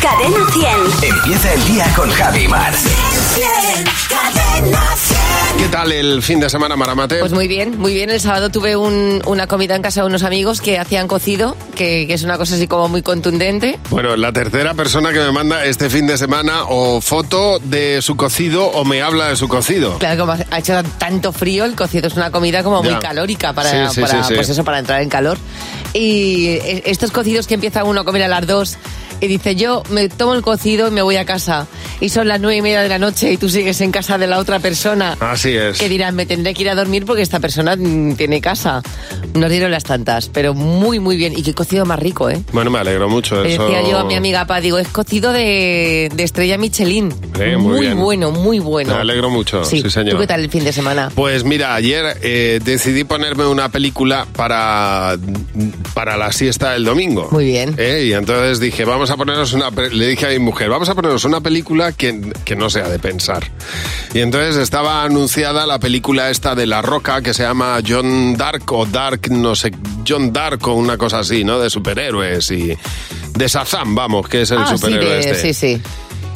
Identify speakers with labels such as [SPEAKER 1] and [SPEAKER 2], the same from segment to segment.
[SPEAKER 1] Cadena 100.
[SPEAKER 2] Empieza el día con Javi Mar.
[SPEAKER 1] Cadena 100.
[SPEAKER 3] ¿Qué tal el fin de semana, Maramate?
[SPEAKER 4] Pues muy bien, muy bien. El sábado tuve un- una comida en casa de unos amigos que hacían cocido, que, que es una cosa así como muy contundente.
[SPEAKER 3] Bueno, la tercera persona que me manda este fin de semana o foto de su cocido o me habla de su cocido.
[SPEAKER 4] Claro, como ha hecho tanto frío, el cocido es una comida como
[SPEAKER 3] Ya.
[SPEAKER 4] muy calórica para,
[SPEAKER 3] Sí, sí,
[SPEAKER 4] para,
[SPEAKER 3] sí, sí.
[SPEAKER 4] pues eso, para entrar en calor. Y e- estos cocidos que empieza uno a comer a las dos y dice yo me tomo el cocido y me voy a casa y son las nueve y media de la noche y tú sigues en casa de la otra persona.
[SPEAKER 3] Así es.
[SPEAKER 4] que dirán, me tendré que ir a dormir porque esta persona mm, tiene casa. Nos dieron las tantas, pero muy, muy bien. Y qué cocido más rico, ¿eh?
[SPEAKER 3] Bueno, me alegro mucho.
[SPEAKER 4] Le
[SPEAKER 3] Eso...
[SPEAKER 4] decía yo a mi amiga Pa, digo, es cocido de, de estrella Michelin.
[SPEAKER 3] Eh, muy bien.
[SPEAKER 4] bueno, muy bueno.
[SPEAKER 3] Me alegro mucho, sí, señor.
[SPEAKER 4] ¿Tú qué tal el fin de semana?
[SPEAKER 3] Pues mira, ayer eh, decidí ponerme una película para, para la siesta del domingo.
[SPEAKER 4] Muy bien.
[SPEAKER 3] Eh, Y entonces dije, vamos a ponernos una... pe- Le dije a mi mujer, vamos a ponernos una película que, que no sea de pensar. Y entonces estaba anunciada la película esta de La Roca que se llama John Dark o Dark, no sé, John Dark o una cosa así, ¿no? De superhéroes y... De Shazam, vamos, que es el
[SPEAKER 4] Ah, sí,
[SPEAKER 3] superhéroe
[SPEAKER 4] de-
[SPEAKER 3] este.
[SPEAKER 4] sí, sí.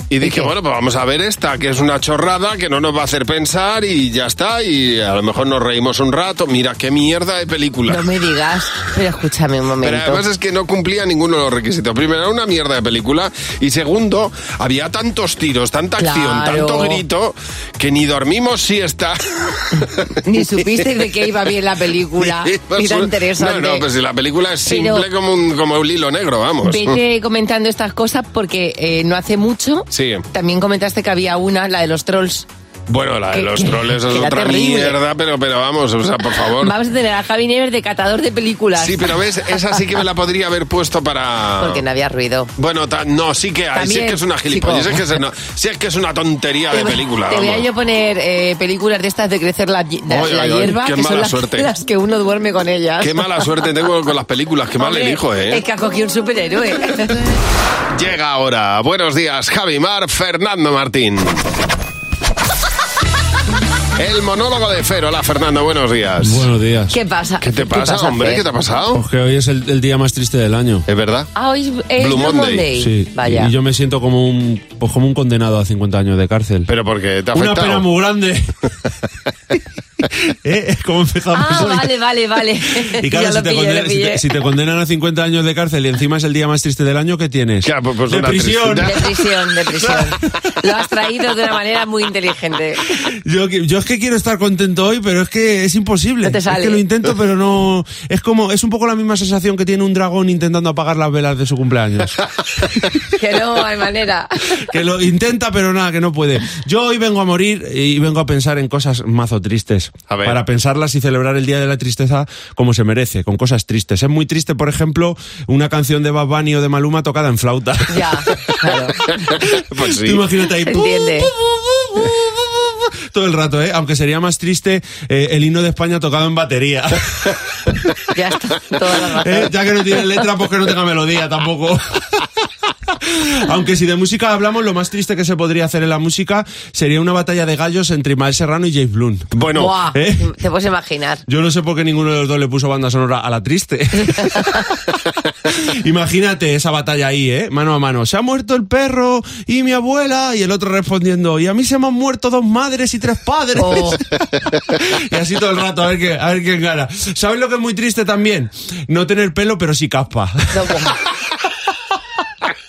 [SPEAKER 3] Y dije, bueno, pues vamos a ver esta, que es una chorrada que no nos va a hacer pensar y ya está. Y a lo mejor nos reímos un rato. Mira, qué mierda de película.
[SPEAKER 4] No me digas, pero escúchame un momento.
[SPEAKER 3] Pero además es que no cumplía ninguno de los requisitos. Primero, era una mierda de película. Y segundo, había tantos tiros, tanta acción,
[SPEAKER 4] Claro.
[SPEAKER 3] tanto grito, que ni dormimos siesta.
[SPEAKER 4] Ni supiste de qué iba bien la película, ni tan interesante.
[SPEAKER 3] No, no, pues si la película es simple
[SPEAKER 4] Pero-
[SPEAKER 3] como, un, como un hilo negro, vamos.
[SPEAKER 4] Vete comentando estas cosas porque eh, no hace mucho
[SPEAKER 3] Sí.
[SPEAKER 4] también comentaste que había una, la de los trolls.
[SPEAKER 3] Bueno, la de
[SPEAKER 4] Que-
[SPEAKER 3] los
[SPEAKER 4] que-
[SPEAKER 3] troles es
[SPEAKER 4] que era
[SPEAKER 3] otra
[SPEAKER 4] terrible.
[SPEAKER 3] mierda, pero, pero vamos, o sea, por favor.
[SPEAKER 4] Vamos a tener a Javi Neves de catador de películas.
[SPEAKER 3] Sí, pero ves, esa sí que me la podría haber puesto para.
[SPEAKER 4] Porque no había ruido.
[SPEAKER 3] Bueno, ta- no, sí que hay, sí
[SPEAKER 4] También,
[SPEAKER 3] es que es una gilipollas, sí
[SPEAKER 4] chico.
[SPEAKER 3] es, que es, no, sí es que es una tontería de
[SPEAKER 4] Te voy-
[SPEAKER 3] película.
[SPEAKER 4] Te voy a
[SPEAKER 3] vamos.
[SPEAKER 4] yo poner eh, películas de estas de crecer la, hi- la-
[SPEAKER 3] Ay,
[SPEAKER 4] la
[SPEAKER 3] ay, ay,
[SPEAKER 4] hierba,
[SPEAKER 3] qué
[SPEAKER 4] que
[SPEAKER 3] mala
[SPEAKER 4] son las,
[SPEAKER 3] suerte.
[SPEAKER 4] las que uno duerme con ellas.
[SPEAKER 3] Qué mala suerte tengo con las películas, qué mal
[SPEAKER 4] Hombre,
[SPEAKER 3] elijo, ¿eh?
[SPEAKER 4] Es que ha cogido un superhéroe.
[SPEAKER 3] Llega ahora, buenos días, Javi Mar, Fernando Martín. El monólogo de Fer, hola Fernando, buenos días.
[SPEAKER 5] Buenos días.
[SPEAKER 4] ¿Qué pasa?
[SPEAKER 3] ¿Qué te pasa, hombre?
[SPEAKER 4] Fer?
[SPEAKER 3] ¿Qué te ha pasado?
[SPEAKER 5] Porque hoy es el, el día más triste del año.
[SPEAKER 3] ¿Es verdad?
[SPEAKER 4] Ah, hoy es
[SPEAKER 3] Blue
[SPEAKER 4] Blue
[SPEAKER 3] Monday.
[SPEAKER 4] Monday.
[SPEAKER 5] Sí.
[SPEAKER 4] Vaya.
[SPEAKER 5] Y yo me siento como un, pues como un condenado a 50 años de cárcel.
[SPEAKER 3] Pero porque te ha
[SPEAKER 5] Una
[SPEAKER 3] afectado.
[SPEAKER 5] pena muy grande. ¿Eh? Es como empezamos
[SPEAKER 4] Ah,
[SPEAKER 5] hoy.
[SPEAKER 4] vale, vale, vale.
[SPEAKER 5] Y claro,
[SPEAKER 4] Ya
[SPEAKER 5] si
[SPEAKER 4] lo
[SPEAKER 5] te,
[SPEAKER 4] pillé,
[SPEAKER 5] condenan,
[SPEAKER 4] lo
[SPEAKER 5] si te-
[SPEAKER 4] pillé.
[SPEAKER 5] si te condenan a 50 años de cárcel y encima es el día más triste del año, ¿qué tienes?
[SPEAKER 3] Ya, pues, pues
[SPEAKER 5] de
[SPEAKER 3] una
[SPEAKER 5] prisión.
[SPEAKER 3] tristeza.
[SPEAKER 4] De prisión, de prisión. Lo has traído de una manera muy inteligente.
[SPEAKER 5] Yo, que- yo es que quiero estar contento hoy, pero es que es imposible.
[SPEAKER 4] No te
[SPEAKER 5] Es
[SPEAKER 4] sale.
[SPEAKER 5] que lo intento, pero no. Es como, es un poco la misma sensación que tiene un dragón intentando apagar las velas de su cumpleaños.
[SPEAKER 4] Que no hay manera.
[SPEAKER 5] que lo intenta, pero nada, que no puede. Yo hoy vengo a morir y vengo a pensar en cosas mazo tristes.
[SPEAKER 3] A ver.
[SPEAKER 5] Para pensarlas y celebrar el Día de la Tristeza como se merece, con cosas tristes. Es muy triste, por ejemplo, una canción de Bad Bunny o de Maluma tocada en flauta.
[SPEAKER 4] Ya, claro.
[SPEAKER 3] pues
[SPEAKER 5] Tú
[SPEAKER 3] sí.
[SPEAKER 5] imagínate ahí.
[SPEAKER 4] Se entiende.
[SPEAKER 5] Todo el rato, ¿eh? Aunque sería más triste eh, el himno de España tocado en batería.
[SPEAKER 4] Ya está. Toda la razón.
[SPEAKER 5] Eh, Ya que no tiene letra, pues que no tenga melodía tampoco. Aunque si de música hablamos, lo más triste que se podría hacer en la música sería una batalla de gallos entre Ismael Serrano y James Blunt.
[SPEAKER 3] Bueno,
[SPEAKER 4] Buah,
[SPEAKER 5] ¿eh?
[SPEAKER 4] Te puedes imaginar.
[SPEAKER 5] Yo no sé por qué ninguno de los dos le puso banda sonora a la triste. Imagínate esa batalla ahí, ¿eh? Mano a mano. Se ha muerto el perro y mi abuela. Y el otro respondiendo. Y a mí se me han muerto dos madres y tres padres. y así todo el rato, a ver, qué, a ver quién gana. ¿Sabes lo que es muy triste también? No tener pelo, pero sí caspa.
[SPEAKER 4] No, buah.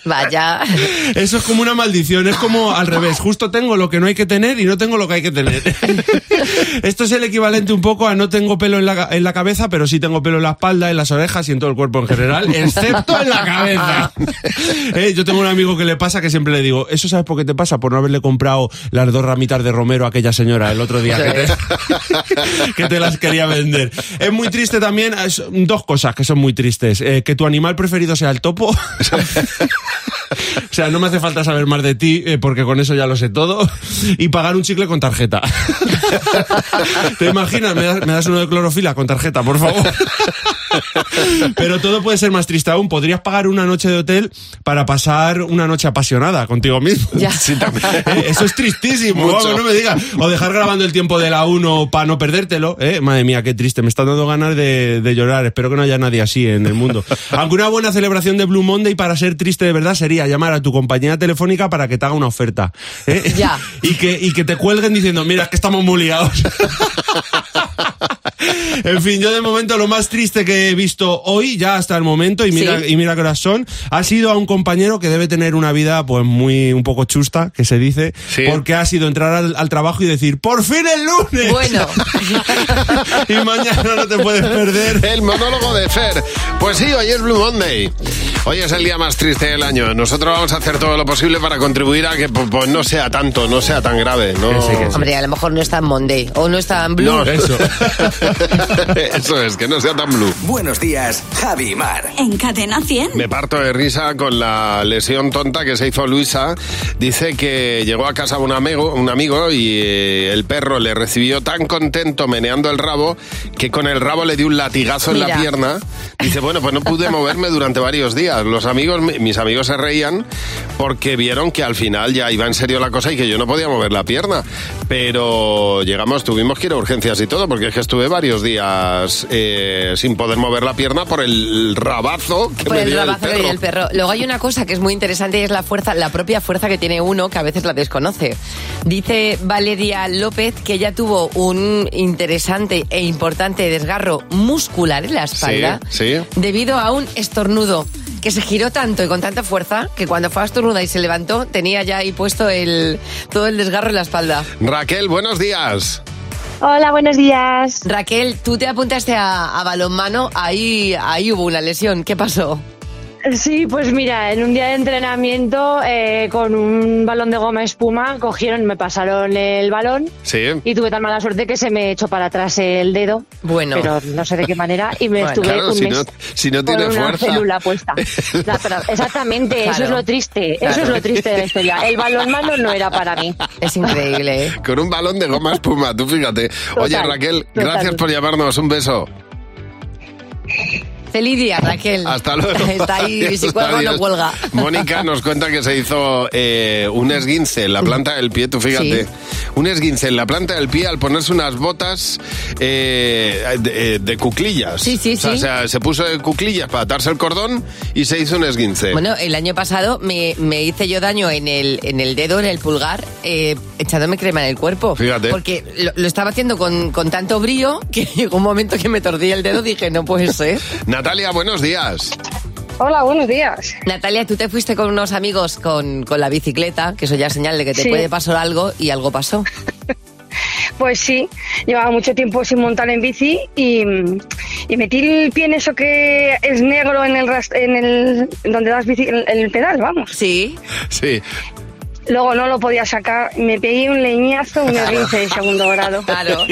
[SPEAKER 4] Vaya.
[SPEAKER 5] Eso es como una maldición, es como al revés. Justo tengo lo que no hay que tener y no tengo lo que hay que tener. Esto es el equivalente un poco a no tengo pelo en la, ca- en la cabeza, pero sí tengo pelo en la espalda, en las orejas y en todo el cuerpo en general, excepto en la cabeza. Eh, yo tengo un amigo que le pasa que siempre le digo, ¿eso sabes por qué te pasa? Por no haberle comprado las dos ramitas de romero a aquella señora el otro día que te, que te las quería vender. Es muy triste también, es- dos cosas que son muy tristes. Eh, que tu animal preferido sea el topo. O sea, no me hace falta saber más de ti eh, porque con eso ya lo sé todo. Y pagar un chicle con tarjeta. ¿Te imaginas? ¿Me das, me das uno de clorofila con tarjeta, por favor. Pero todo puede ser más triste aún. Podrías pagar una noche de hotel para pasar una noche apasionada contigo mismo.
[SPEAKER 4] Ya.
[SPEAKER 3] Sí, también.
[SPEAKER 5] Eh, Eso es tristísimo,
[SPEAKER 3] Mucho.
[SPEAKER 5] vamos, no me digas. O dejar grabando el tiempo de la 1 para no perdértelo. eh. Madre mía, qué triste. Me está dando ganas de, de llorar. Espero que no haya nadie así en el mundo. Aunque una buena celebración de Blue Monday para ser triste de verdad sería llamar a tu compañía telefónica para que te haga una oferta. eh.
[SPEAKER 4] Ya.
[SPEAKER 5] Y que, y que te cuelguen diciendo, mira, es que estamos muy liados. En fin, yo de momento lo más triste que he visto hoy, ya hasta el momento, y mira,
[SPEAKER 4] Sí.
[SPEAKER 5] y mira qué horas son, ha sido a un compañero que debe tener una vida pues muy un poco chusta, que se dice,
[SPEAKER 3] Sí.
[SPEAKER 5] porque ha sido entrar al, al trabajo y decir, por fin el lunes.
[SPEAKER 4] Bueno,
[SPEAKER 5] y mañana no te puedes perder.
[SPEAKER 3] El monólogo de Fer. Pues sí, hoy es Blue Monday. Hoy es el día más triste del año. Nosotros vamos a hacer todo lo posible para contribuir a que pues, pues, no sea tanto, no sea tan grave. No...
[SPEAKER 5] Que sí, que sí.
[SPEAKER 4] hombre, a lo mejor no está en Monday o no está en Blue.
[SPEAKER 3] No,
[SPEAKER 5] Eso.
[SPEAKER 3] Eso es, que no sea tan blue.
[SPEAKER 2] Buenos días, Javi y Mar.
[SPEAKER 1] En Cadena 100.
[SPEAKER 3] Me parto de risa con la lesión tonta que se hizo Luisa. Dice que llegó a casa un amigo, un amigo y eh, el perro le recibió tan contento meneando el rabo que con el rabo le dio un latigazo en la
[SPEAKER 4] Mira.
[SPEAKER 3] pierna. Dice, bueno, pues no pude moverme durante varios días. Los amigos, mi- mis amigos se reían porque vieron que al final ya iba en serio la cosa y que yo no podía mover la pierna. Pero llegamos, tuvimos que ir a urgencias y todo, porque es que estuve varios días eh, sin poder mover la pierna por el rabazo que
[SPEAKER 4] Por
[SPEAKER 3] me
[SPEAKER 4] el
[SPEAKER 3] dio
[SPEAKER 4] rabazo que dio el perro. Luego hay una cosa que es muy interesante y es la fuerza, la propia fuerza que tiene uno que a veces la desconoce. Dice Valeria López que ella tuvo un interesante e importante desgarro muscular en la espalda
[SPEAKER 3] Sí, sí.
[SPEAKER 4] debido a un estornudo que se giró tanto y con tanta fuerza que cuando fue a estornudar y se levantó tenía ya ahí puesto el, todo el desgarro en la espalda.
[SPEAKER 3] Raquel, buenos días.
[SPEAKER 6] Hola, buenos días.
[SPEAKER 4] Raquel, tú te apuntaste a, a balonmano, ahí, ahí hubo una lesión. ¿Qué pasó?
[SPEAKER 6] Sí, pues mira, en un día de entrenamiento eh, con un balón de goma espuma cogieron, me pasaron el balón
[SPEAKER 3] Sí.
[SPEAKER 6] y tuve tan mala suerte que se me echó para atrás el dedo.
[SPEAKER 4] Bueno.
[SPEAKER 6] Pero no sé de qué manera y me
[SPEAKER 4] Bueno.
[SPEAKER 6] estuve
[SPEAKER 3] Claro,
[SPEAKER 6] un
[SPEAKER 3] si
[SPEAKER 6] mes
[SPEAKER 3] no- si no
[SPEAKER 6] con
[SPEAKER 3] tiene
[SPEAKER 6] una
[SPEAKER 3] fuerza.
[SPEAKER 6] célula puesta. La- pero exactamente, eso
[SPEAKER 4] Claro.
[SPEAKER 6] es lo triste, eso es
[SPEAKER 4] Claro.
[SPEAKER 6] lo triste de la historia. El balón malo no era para mí.
[SPEAKER 4] Es increíble, ¿eh?
[SPEAKER 3] Con un balón de goma espuma, tú fíjate. Oye,
[SPEAKER 6] Total,
[SPEAKER 3] Raquel,
[SPEAKER 6] total.
[SPEAKER 3] gracias por llamarnos. Un beso.
[SPEAKER 4] Feliz día, Raquel.
[SPEAKER 3] Hasta luego.
[SPEAKER 4] Está ahí,
[SPEAKER 3] Adiós,
[SPEAKER 4] si cuelga
[SPEAKER 3] adiós.
[SPEAKER 4] no cuelga.
[SPEAKER 3] Mónica nos cuenta que se hizo eh, un esguince en la planta del pie, tú fíjate.
[SPEAKER 4] Sí.
[SPEAKER 3] Un esguince en la planta del pie al ponerse unas botas eh, de, eh, de cuclillas.
[SPEAKER 4] Sí, sí,
[SPEAKER 3] O sea,
[SPEAKER 4] sí.
[SPEAKER 3] o sea, se puso de cuclillas para atarse el cordón y se hizo un esguince.
[SPEAKER 4] Bueno, el año pasado me, me hice yo daño en el, en el dedo, en el pulgar, eh, echándome crema en el cuerpo.
[SPEAKER 3] Fíjate.
[SPEAKER 4] Porque lo, lo estaba haciendo con, con tanto brío que llegó un momento que me torcí el dedo dije, no puede ser.
[SPEAKER 3] Natalia, buenos días.
[SPEAKER 7] Hola, buenos días.
[SPEAKER 4] Natalia, tú te fuiste con unos amigos con, con la bicicleta, que eso ya es señal de que te
[SPEAKER 7] Sí.
[SPEAKER 4] puede pasar algo, y algo pasó.
[SPEAKER 7] Pues sí, llevaba mucho tiempo sin montar en bici y, y metí el pie en eso que es negro en el ras- en el donde das bici, el, el pedal, vamos.
[SPEAKER 4] Sí.
[SPEAKER 3] Sí.
[SPEAKER 7] Luego no lo podía sacar, me pegué un leñazo, un esguince de segundo grado.
[SPEAKER 4] Claro.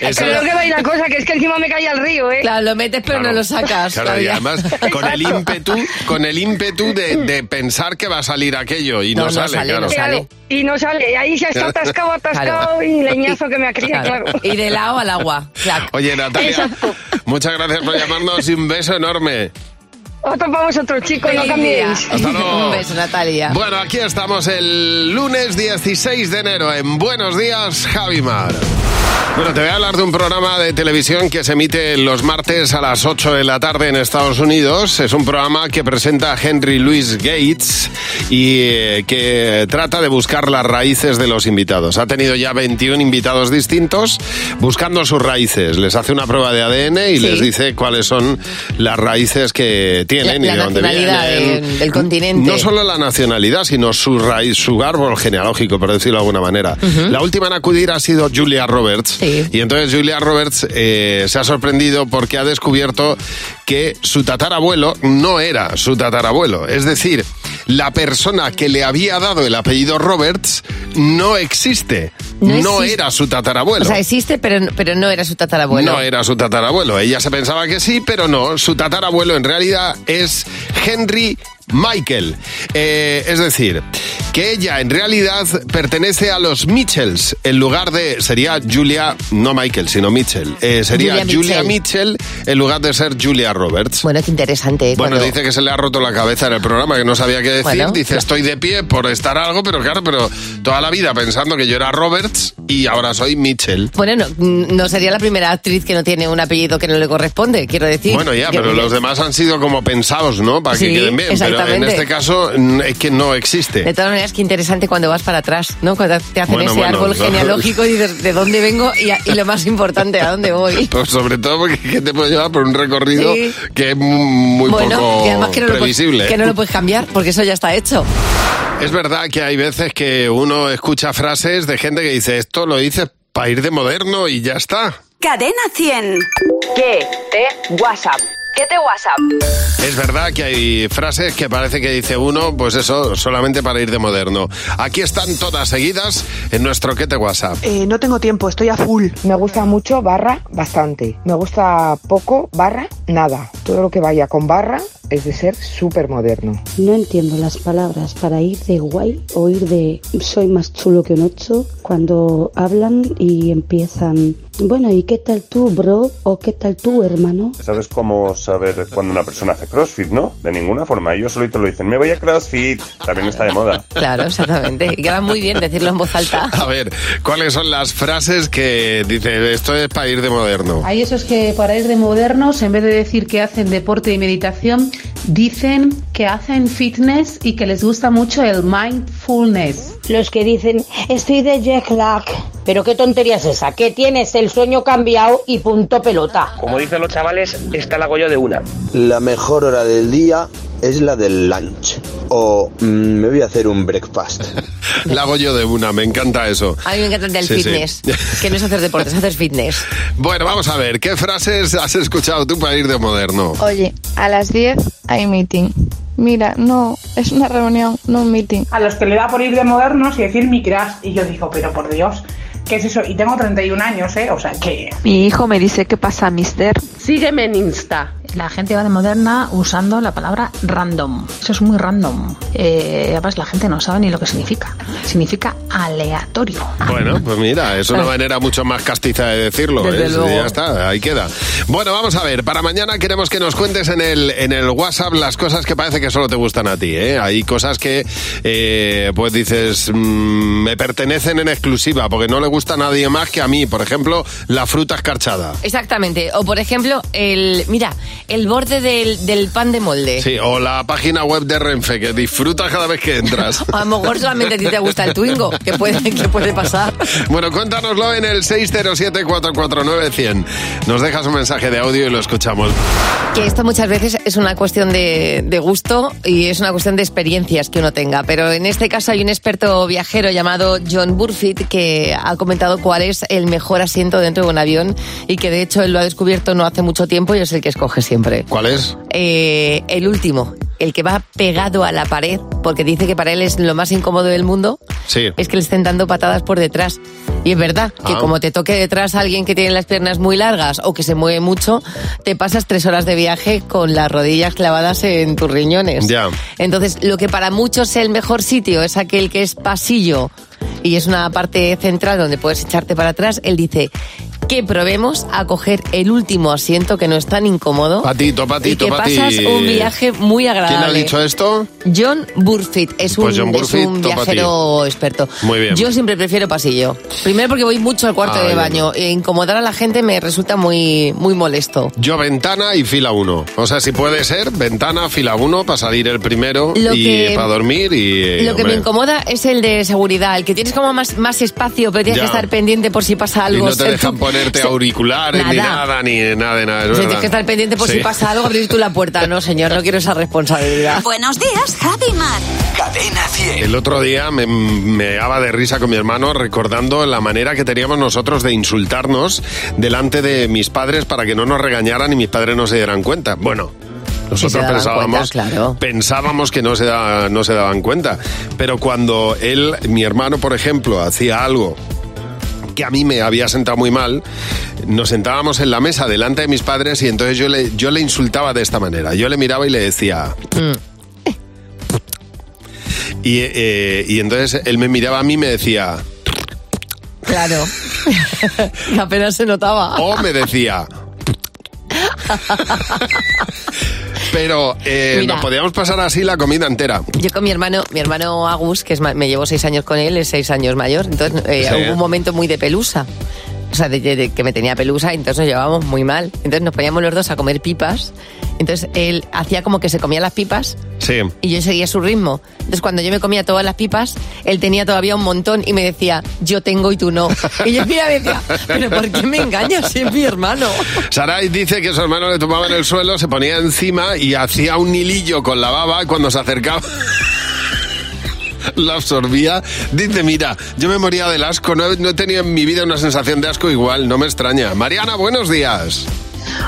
[SPEAKER 3] Eso-
[SPEAKER 7] Creo que va a ir la cosa, que es que encima me caí al río, ¿eh?
[SPEAKER 4] Claro, lo metes pero
[SPEAKER 3] Claro.
[SPEAKER 4] no lo sacas.
[SPEAKER 3] Claro, y
[SPEAKER 4] todavía.
[SPEAKER 3] además con el
[SPEAKER 7] Exacto.
[SPEAKER 3] ímpetu, con el ímpetu de, de pensar que va a salir aquello y no,
[SPEAKER 4] No, no
[SPEAKER 3] sale,
[SPEAKER 4] sale,
[SPEAKER 3] claro.
[SPEAKER 4] no
[SPEAKER 7] Claro,
[SPEAKER 4] sale.
[SPEAKER 7] Y no sale, ahí se está atascado, atascado
[SPEAKER 4] Claro.
[SPEAKER 7] y leñazo que me ha criado,
[SPEAKER 4] Claro.
[SPEAKER 7] claro.
[SPEAKER 4] Y de lado al agua. clac.
[SPEAKER 3] Oye, Natalia, muchas gracias por llamarnos y un beso enorme.
[SPEAKER 7] Otro para vosotros, chicos, no
[SPEAKER 4] Feliz
[SPEAKER 7] cambiéis.
[SPEAKER 4] día.
[SPEAKER 3] Hasta luego.
[SPEAKER 4] Un beso, Natalia.
[SPEAKER 3] Bueno, aquí estamos el lunes 16 de enero en Buenos Días, Javimar. Bueno, te voy a hablar de un programa de televisión que se emite los martes a las 8 de la tarde en Estados Unidos. Es un programa que presenta Henry Louis Gates y eh, que trata de buscar las raíces de los invitados. Ha tenido ya 21 invitados distintos buscando sus raíces. Les hace una prueba de ADN y les dice cuáles son las raíces que tienen
[SPEAKER 4] La-
[SPEAKER 3] y
[SPEAKER 4] la
[SPEAKER 3] de dónde
[SPEAKER 4] nacionalidad
[SPEAKER 3] vienen.
[SPEAKER 4] del- del continente.
[SPEAKER 3] No solo la nacionalidad, sino su raíz, su árbol genealógico, por decirlo de alguna manera. La última en acudir ha sido Julia Roberts.
[SPEAKER 4] Sí.
[SPEAKER 3] Y entonces Julia Roberts eh, se ha sorprendido porque ha descubierto que su tatarabuelo no era su tatarabuelo. Es decir, la persona que le había dado el apellido Roberts no existe. No,
[SPEAKER 4] No existe.
[SPEAKER 3] era su tatarabuelo.
[SPEAKER 4] O sea, existe, pero, pero no era su tatarabuelo.
[SPEAKER 3] No era su tatarabuelo. Ella se pensaba que sí, pero no. Su tatarabuelo en realidad es Henry Michael. Eh, es decir, que ella en realidad pertenece a los Mitchells. En lugar de. Sería Julia. No Michael, sino Mitchell. Eh, sería
[SPEAKER 4] Julia
[SPEAKER 3] Julia,
[SPEAKER 4] Mitchell.
[SPEAKER 3] Mitchell en lugar de ser Julia Roberts.
[SPEAKER 4] Bueno, qué interesante. ¿eh?
[SPEAKER 3] Bueno,
[SPEAKER 4] Cuando-
[SPEAKER 3] dice que se le ha roto la cabeza en el programa, que no sabía qué decir.
[SPEAKER 4] Bueno,
[SPEAKER 3] dice,
[SPEAKER 4] claro.
[SPEAKER 3] estoy de pie por estar algo, pero claro, pero toda la vida pensando que yo era Roberts y ahora soy Mitchell.
[SPEAKER 4] Bueno, no, no sería la primera actriz que no tiene un apellido que no le corresponde, quiero decir.
[SPEAKER 3] Bueno, ya,
[SPEAKER 4] Que-
[SPEAKER 3] pero los demás han sido como pensados, ¿no? Para
[SPEAKER 4] Sí,
[SPEAKER 3] que queden bien. Pero en
[SPEAKER 4] exactamente. Eh,
[SPEAKER 3] este caso mm, es que no existe.
[SPEAKER 4] De todas maneras, qué interesante cuando vas para atrás, ¿no? Cuando te hacen
[SPEAKER 3] Bueno,
[SPEAKER 4] ese
[SPEAKER 3] bueno,
[SPEAKER 4] árbol
[SPEAKER 3] no.
[SPEAKER 4] genealógico y dices de dónde vengo y, a- y lo más importante, a dónde voy.
[SPEAKER 3] Pero Pues sobre todo porque es que te puede llevar por un recorrido
[SPEAKER 4] Sí.
[SPEAKER 3] que es muy
[SPEAKER 4] bueno,
[SPEAKER 3] poco
[SPEAKER 4] y además que no, lo puedes,
[SPEAKER 3] previsible.
[SPEAKER 4] que no lo puedes cambiar porque eso ya está hecho.
[SPEAKER 3] Es verdad que hay veces que uno escucha frases de gente que dice esto lo dices para ir de moderno y ya está.
[SPEAKER 1] Cadena 100.
[SPEAKER 8] ¿Qué te WhatsApp? ¿Qué te WhatsApp?
[SPEAKER 3] Es verdad que hay frases que parece que dice uno, pues eso, solamente para ir de moderno. Aquí están todas seguidas en nuestro que te WhatsApp.
[SPEAKER 9] Eh, no tengo tiempo, estoy a full. Me gusta mucho, barra, bastante. Me gusta poco, barra, nada. Todo lo que vaya con barra es de ser súper moderno.
[SPEAKER 10] No entiendo las palabras para ir de guay o ir de soy más chulo que un ocho cuando hablan y empiezan, bueno, ¿y qué tal tú, bro? ¿O qué tal tú, hermano?
[SPEAKER 11] ¿Sabes cómo saber cuando una persona hace CrossFit, no? De ninguna forma. Ellos solito lo dicen, me voy a CrossFit. También está de moda.
[SPEAKER 4] Claro, exactamente. Y queda muy bien decirlo en voz alta.
[SPEAKER 3] A ver, ¿cuáles son las frases que dice esto es para ir de moderno?
[SPEAKER 12] Hay esos que para ir de modernos, en vez de decir que hacen deporte y meditación, dicen que hacen fitness y que les gusta mucho el mindfulness.
[SPEAKER 13] Los que dicen, estoy de jet lag. Pero qué tontería es esa, que tienes el sueño cambiado y punto pelota.
[SPEAKER 14] Como dicen los chavales, está la goyo de una.
[SPEAKER 15] La mejor hora del día es la del lunch. O mm, me voy a hacer un breakfast.
[SPEAKER 3] La hago yo de una, me encanta eso.
[SPEAKER 4] A mí me encanta el del
[SPEAKER 3] Sí, sí.
[SPEAKER 4] fitness. Que no es hacer deporte, es hacer fitness.
[SPEAKER 3] Bueno, vamos a ver, ¿qué frases has escuchado tú para ir de moderno?
[SPEAKER 16] Oye, a las 10 hay meeting. Mira, no, es una reunión, no un meeting.
[SPEAKER 17] a los que le da por ir de modernos y decir mi crash. Y yo digo, pero por Dios, ¿qué es eso? Y tengo 31 años, ¿eh? O sea, que...
[SPEAKER 18] Mi hijo me dice qué pasa, mister.
[SPEAKER 12] Sígueme en Insta. La gente va de moderna usando la palabra random. Eso es muy random. Eh, además, la gente no sabe ni lo que significa. Significa aleatorio.
[SPEAKER 3] Bueno, pues mira, es una manera mucho más castiza de decirlo.
[SPEAKER 12] Desde
[SPEAKER 3] ¿eh?
[SPEAKER 12] luego.
[SPEAKER 3] Ya está, ahí queda. Bueno, vamos a ver, para mañana queremos que nos cuentes en el, en el WhatsApp las cosas que parece que solo te gustan a ti. ¿eh? Hay cosas que, eh, pues dices, mm, me pertenecen en exclusiva, porque no le gusta a nadie más que a mí. Por ejemplo, la fruta escarchada.
[SPEAKER 4] Exactamente. O por ejemplo, el. Mira, el borde del, del pan de molde.
[SPEAKER 3] Sí, o la página web de Renfe, que disfrutas cada vez que entras.
[SPEAKER 4] A lo mejor solamente a ti te gusta el Twingo, que puede, que puede pasar.
[SPEAKER 3] Bueno, cuéntanoslo en el 607-449-100. Nos dejas un mensaje de audio y lo escuchamos.
[SPEAKER 4] Que esto muchas veces es una cuestión de, de gusto y es una cuestión de experiencias que uno tenga. Pero en este caso hay un experto viajero llamado John Burfitt que ha comentado cuál es el mejor asiento dentro de un avión y que de hecho él lo ha descubierto no hace mucho tiempo y es el que escoge siempre.
[SPEAKER 3] ¿Cuál es?
[SPEAKER 4] Eh, el último, el que va pegado a la pared porque dice que para él es lo más incómodo del mundo
[SPEAKER 3] Sí.
[SPEAKER 4] es que le estén dando patadas por detrás. Y es verdad que
[SPEAKER 3] Ah.
[SPEAKER 4] como te toque detrás alguien que tiene las piernas muy largas o que se mueve mucho, te pasas tres horas de viaje con las rodillas clavadas en tus riñones.
[SPEAKER 3] Ya.
[SPEAKER 4] Entonces, lo que para muchos es el mejor sitio es aquel que es pasillo y es una parte central donde puedes echarte para atrás, él dice que probemos a coger el último asiento que no es tan incómodo.
[SPEAKER 3] Patito,
[SPEAKER 4] y
[SPEAKER 3] patito,
[SPEAKER 4] que
[SPEAKER 3] patito.
[SPEAKER 4] pasas un viaje muy agradable.
[SPEAKER 3] ¿Quién ha dicho esto?
[SPEAKER 4] John Burfitt es un,
[SPEAKER 3] Pues John
[SPEAKER 4] es
[SPEAKER 3] Burfitt,
[SPEAKER 4] un
[SPEAKER 3] topa a ti.
[SPEAKER 4] viajero experto.
[SPEAKER 3] Muy bien.
[SPEAKER 4] Yo siempre prefiero pasillo. Primero porque voy mucho al cuarto
[SPEAKER 3] Ah,
[SPEAKER 4] de
[SPEAKER 3] yo
[SPEAKER 4] baño. E incomodar a la gente me resulta muy, muy molesto.
[SPEAKER 3] Yo ventana y fila uno. O sea, si puede ser, ventana, fila uno, para salir el primero
[SPEAKER 4] Lo
[SPEAKER 3] y
[SPEAKER 4] que-
[SPEAKER 3] para dormir y... eh,
[SPEAKER 4] Lo que me
[SPEAKER 3] hombre,
[SPEAKER 4] incomoda es el de seguridad, el que tienes como más, más espacio, pero tienes
[SPEAKER 3] Ya.
[SPEAKER 4] que estar pendiente por si pasa
[SPEAKER 3] Y
[SPEAKER 4] algo.
[SPEAKER 3] no te
[SPEAKER 4] O sea,
[SPEAKER 3] dejan
[SPEAKER 4] tú-
[SPEAKER 3] ponerte
[SPEAKER 4] se-
[SPEAKER 3] auriculares ni
[SPEAKER 4] Nada.
[SPEAKER 3] nada, ni nada de nada. es
[SPEAKER 4] o sea,
[SPEAKER 3] verdad.
[SPEAKER 4] tienes que estar pendiente por
[SPEAKER 3] Sí.
[SPEAKER 4] si pasa algo, abrir tú la puerta. No, señor, no quiero esa responsabilidad.
[SPEAKER 1] Buenos días, Javi y Mar. Cadena 100.
[SPEAKER 3] El otro día me meaba de risa con mi hermano recordando la manera que teníamos nosotros de insultarnos delante de mis padres para que no nos regañaran y mis padres no se dieran cuenta. Bueno.
[SPEAKER 4] Sí se
[SPEAKER 3] Nosotros
[SPEAKER 4] daban
[SPEAKER 3] pensábamos,
[SPEAKER 4] cuenta, claro.
[SPEAKER 3] pensábamos que no se, da- no se daban cuenta. Pero cuando él, mi hermano, por ejemplo, hacía algo que a mí me había sentado muy mal, nos sentábamos en la mesa delante de
[SPEAKER 4] Mm.
[SPEAKER 3] mis padres y entonces yo le, yo le insultaba de esta manera. Yo le miraba y le decía, Y, eh, y entonces él me miraba a mí y me decía,
[SPEAKER 4] Claro. Apenas se notaba.
[SPEAKER 3] o me decía. Pero eh,
[SPEAKER 4] Mira.
[SPEAKER 3] nos podíamos pasar así la comida entera.
[SPEAKER 4] Yo con mi hermano, mi hermano Agus, que es ma- me llevo seis años con él, es seis años mayor, entonces eh,
[SPEAKER 3] Sí.
[SPEAKER 4] hubo un momento muy de pelusa. O sea, de, de- de que me tenía pelusa, entonces nos llevábamos muy mal. Entonces nos poníamos los dos a comer pipas. Entonces él hacía como que se comía las pipas
[SPEAKER 3] Sí.
[SPEAKER 4] y yo seguía su ritmo. Entonces cuando yo me comía todas las pipas, él tenía todavía un montón y me decía, yo tengo y tú no. Y yo mira, me decía, pero ¿por qué me engañas si es mi hermano?
[SPEAKER 3] Sarai dice que su hermano le tomaba en el suelo, se ponía encima y hacía un hilillo con la baba y cuando se acercaba. Lo absorbía. Dice, mira, yo me moría del asco. No he, no he tenido en mi vida una sensación de asco igual. No me extraña. Mariana, buenos días.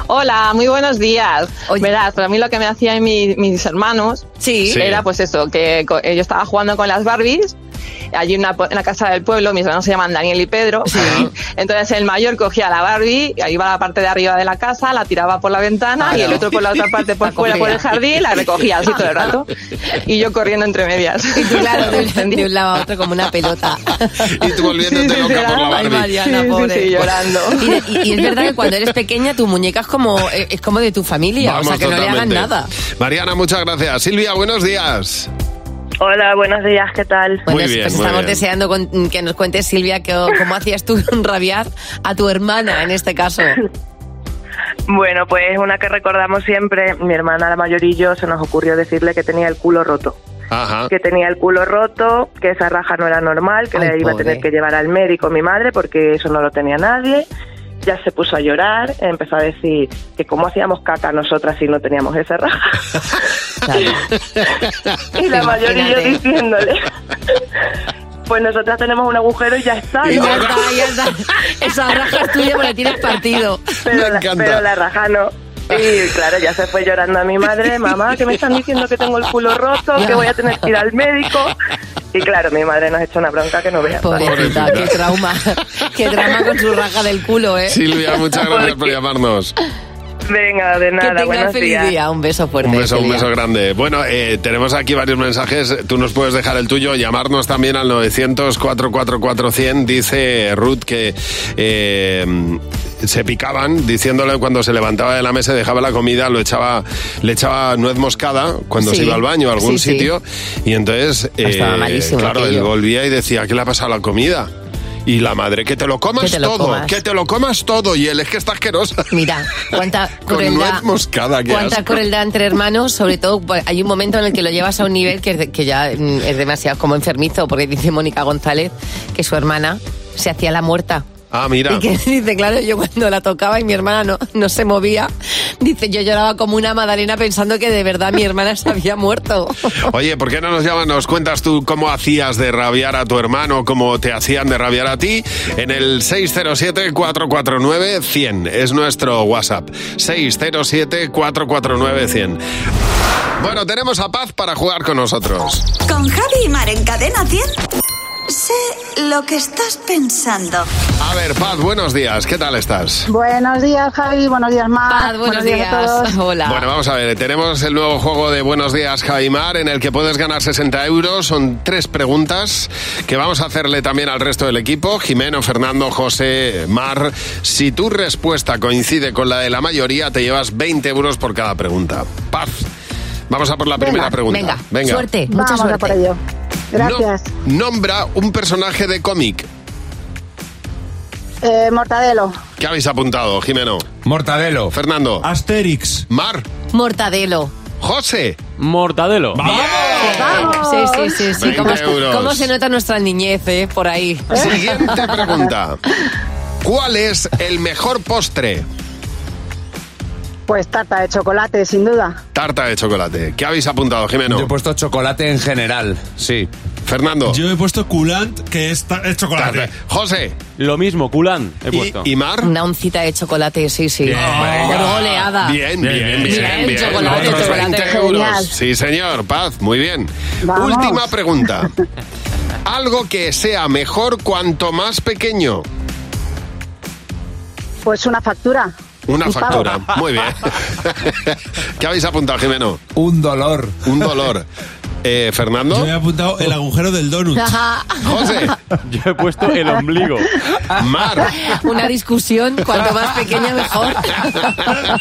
[SPEAKER 19] Hola, muy buenos días. Verás, para mí lo que me hacían mi- mis hermanos
[SPEAKER 3] Sí.
[SPEAKER 19] era pues eso, que co- eh, yo estaba jugando con las Barbies. Allí en una, po- en la casa del pueblo, mis hermanos se llaman Daniel y Pedro. Entonces el mayor cogía la Barbie, iba a la parte de arriba de la casa, la tiraba por la ventana y el
[SPEAKER 4] Claro.
[SPEAKER 19] otro por la otra parte por
[SPEAKER 4] La
[SPEAKER 19] fuera, por el
[SPEAKER 4] cogía.
[SPEAKER 19] jardín, la recogía así todo el rato. Y yo corriendo entre medias.
[SPEAKER 4] Claro, de, de un lado a otro como una pelota.
[SPEAKER 3] Y tú volviéndote loca por la
[SPEAKER 4] Ay,
[SPEAKER 3] Barbie.
[SPEAKER 4] Mariana, pobre. Y, y- y es verdad que cuando eres pequeña tu muñeca es como, eh, es como de tu familia, o sea
[SPEAKER 3] Vamos,
[SPEAKER 4] que no le hagan
[SPEAKER 3] totalmente.
[SPEAKER 4] nada.
[SPEAKER 3] Mariana, muchas gracias. Silvia, buenos días.
[SPEAKER 20] Hola, buenos días, ¿qué tal?
[SPEAKER 3] Muy
[SPEAKER 4] Pues,
[SPEAKER 3] bien,
[SPEAKER 4] pues
[SPEAKER 3] muy
[SPEAKER 4] estamos
[SPEAKER 3] bien.
[SPEAKER 4] deseando con- que nos cuentes, Silvia, que- cómo hacías tú rabiar a tu hermana en este caso.
[SPEAKER 20] Bueno, pues una que recordamos siempre, mi hermana la mayor y yo se nos ocurrió decirle que tenía el culo roto.
[SPEAKER 4] Ah.
[SPEAKER 3] Ajá.
[SPEAKER 20] Que tenía el culo roto, que esa raja no era normal, que
[SPEAKER 4] Ay,
[SPEAKER 20] la iba a
[SPEAKER 4] pobre.
[SPEAKER 20] tener que llevar al médico mi madre porque eso no lo tenía nadie. Ya se puso a llorar, empezó a decir que cómo hacíamos caca nosotras si no teníamos esa raja. y la mayor y yo
[SPEAKER 4] Imagínate.
[SPEAKER 20] diciéndole, pues nosotras tenemos un agujero y ya está.
[SPEAKER 4] Y
[SPEAKER 20] ¿no?".
[SPEAKER 4] ya está, ya está. Esa raja es tuya porque tienes partido.
[SPEAKER 20] pero, la, pero la raja no. Y claro, ya se fue llorando a mi madre, mamá, que me están diciendo que tengo el culo roto, que voy a tener que ir al médico. Y claro, mi madre nos echó una bronca que no veas.
[SPEAKER 4] Pobrecita, qué trauma. Qué trauma con su raja del culo, ¿eh?
[SPEAKER 3] Silvia, muchas gracias por llamarnos.
[SPEAKER 20] Venga, de
[SPEAKER 4] que
[SPEAKER 20] nada,
[SPEAKER 4] tengas
[SPEAKER 20] buenos
[SPEAKER 4] feliz
[SPEAKER 20] días.
[SPEAKER 4] día. Un beso fuerte.
[SPEAKER 3] Un beso, un
[SPEAKER 4] Silvia.
[SPEAKER 3] beso grande. Bueno, eh, tenemos aquí varios mensajes. Tú nos puedes dejar el tuyo, llamarnos también al 900-444-100. Dice Ruth que eh, se picaban diciéndole cuando se levantaba de la mesa, dejaba la comida, lo echaba, le echaba nuez moscada cuando
[SPEAKER 4] Sí.
[SPEAKER 3] se iba al baño a algún
[SPEAKER 4] Sí, sí.
[SPEAKER 3] sitio. Y entonces, eh,
[SPEAKER 4] Estaba malísimo
[SPEAKER 3] claro, él
[SPEAKER 4] aquello.
[SPEAKER 3] volvía y decía, ¿qué le ha pasado a la comida? Y la madre, que te lo comas
[SPEAKER 4] te lo
[SPEAKER 3] todo,
[SPEAKER 4] comas.
[SPEAKER 3] que te lo comas todo. Y él es que está asquerosa.
[SPEAKER 4] Mira, cuánta
[SPEAKER 3] Con
[SPEAKER 4] crueldad.
[SPEAKER 3] nuez moscada, qué
[SPEAKER 4] Cuánta
[SPEAKER 3] asco.
[SPEAKER 4] crueldad entre hermanos, sobre todo pues, hay un momento en el que lo llevas a un nivel que, que ya mm, es demasiado como enfermizo, porque dice Mónica González que su hermana se hacía la muerta.
[SPEAKER 3] Ah, mira.
[SPEAKER 4] Y que dice, claro, yo cuando la tocaba y mi hermana no, no se movía, dice, yo lloraba como una madalena pensando que de verdad mi hermana se había muerto.
[SPEAKER 3] Oye, ¿por qué no nos llamas? Nos cuentas tú cómo hacías de rabiar a tu hermano, cómo te hacían de rabiar a ti en el 607-449-100. Es nuestro WhatsApp. 607-449-100. Bueno, tenemos a Paz para jugar con nosotros.
[SPEAKER 1] Con Javi y Mar en Cadena 100. Sé lo que estás pensando.
[SPEAKER 3] A ver, Paz, buenos días. ¿Qué tal estás?
[SPEAKER 21] Buenos días, Javi. Buenos días, Mar.
[SPEAKER 4] buenos
[SPEAKER 21] a
[SPEAKER 4] días.
[SPEAKER 21] todos.
[SPEAKER 4] Hola.
[SPEAKER 3] Bueno, vamos a ver, tenemos el nuevo juego de Buenos Días Javimar en el que puedes ganar 60 euros. Son tres preguntas que vamos a hacerle también al resto del equipo. Jimeno, Fernando, José, Mar. Si tu respuesta coincide con la de la mayoría, te llevas 20 euros por cada pregunta. Paz. Vamos a por la primera pregunta.
[SPEAKER 4] Venga, suerte, mucha
[SPEAKER 21] Vamos a
[SPEAKER 4] suerte.
[SPEAKER 21] por ello. Gracias.
[SPEAKER 3] No- nombra un personaje de cómic.
[SPEAKER 21] Eh, mortadelo.
[SPEAKER 3] ¿Qué habéis apuntado, Jimeno? Mortadelo. Fernando. Asterix. Mar.
[SPEAKER 4] Mortadelo.
[SPEAKER 3] José.
[SPEAKER 22] Mortadelo.
[SPEAKER 4] Sí, sí, sí, sí.
[SPEAKER 3] 20
[SPEAKER 4] ¿Cómo,
[SPEAKER 3] euros.
[SPEAKER 4] cómo se nota nuestra niñez, eh? Por ahí.
[SPEAKER 3] Siguiente pregunta. ¿Cuál es el mejor postre?
[SPEAKER 21] Pues tarta de chocolate, sin duda.
[SPEAKER 3] Tarta de chocolate. ¿Qué habéis apuntado, Jimeno? Yo he puesto chocolate en general, sí. Fernando.
[SPEAKER 5] Yo he puesto culant, que es, ta- es chocolate.
[SPEAKER 3] Tarta. José.
[SPEAKER 22] Lo mismo, culán. He
[SPEAKER 3] Y-
[SPEAKER 22] puesto.
[SPEAKER 3] y Mar.
[SPEAKER 4] Una oncita de chocolate, sí, sí.
[SPEAKER 22] Bien,
[SPEAKER 4] Por
[SPEAKER 22] venga.
[SPEAKER 4] goleada.
[SPEAKER 3] Ah, Bien, bien, bien, bien. bien.
[SPEAKER 4] chocolate,
[SPEAKER 3] Otros
[SPEAKER 4] chocolate.
[SPEAKER 3] 20 euros.
[SPEAKER 4] Genial.
[SPEAKER 3] Sí, señor. Paz, muy bien.
[SPEAKER 4] Vamos.
[SPEAKER 3] Última pregunta. Algo que sea mejor cuanto más pequeño.
[SPEAKER 21] Pues una factura.
[SPEAKER 3] Una
[SPEAKER 21] Un pago.
[SPEAKER 3] factura. Muy bien. ¿Qué habéis apuntado, Jimeno? Un dolor. Un dolor. Eh, Fernando.
[SPEAKER 5] Yo he apuntado el agujero del donut.
[SPEAKER 3] José.
[SPEAKER 22] Yo he puesto el ombligo.
[SPEAKER 3] Mar.
[SPEAKER 4] Una discusión, cuanto más pequeña mejor.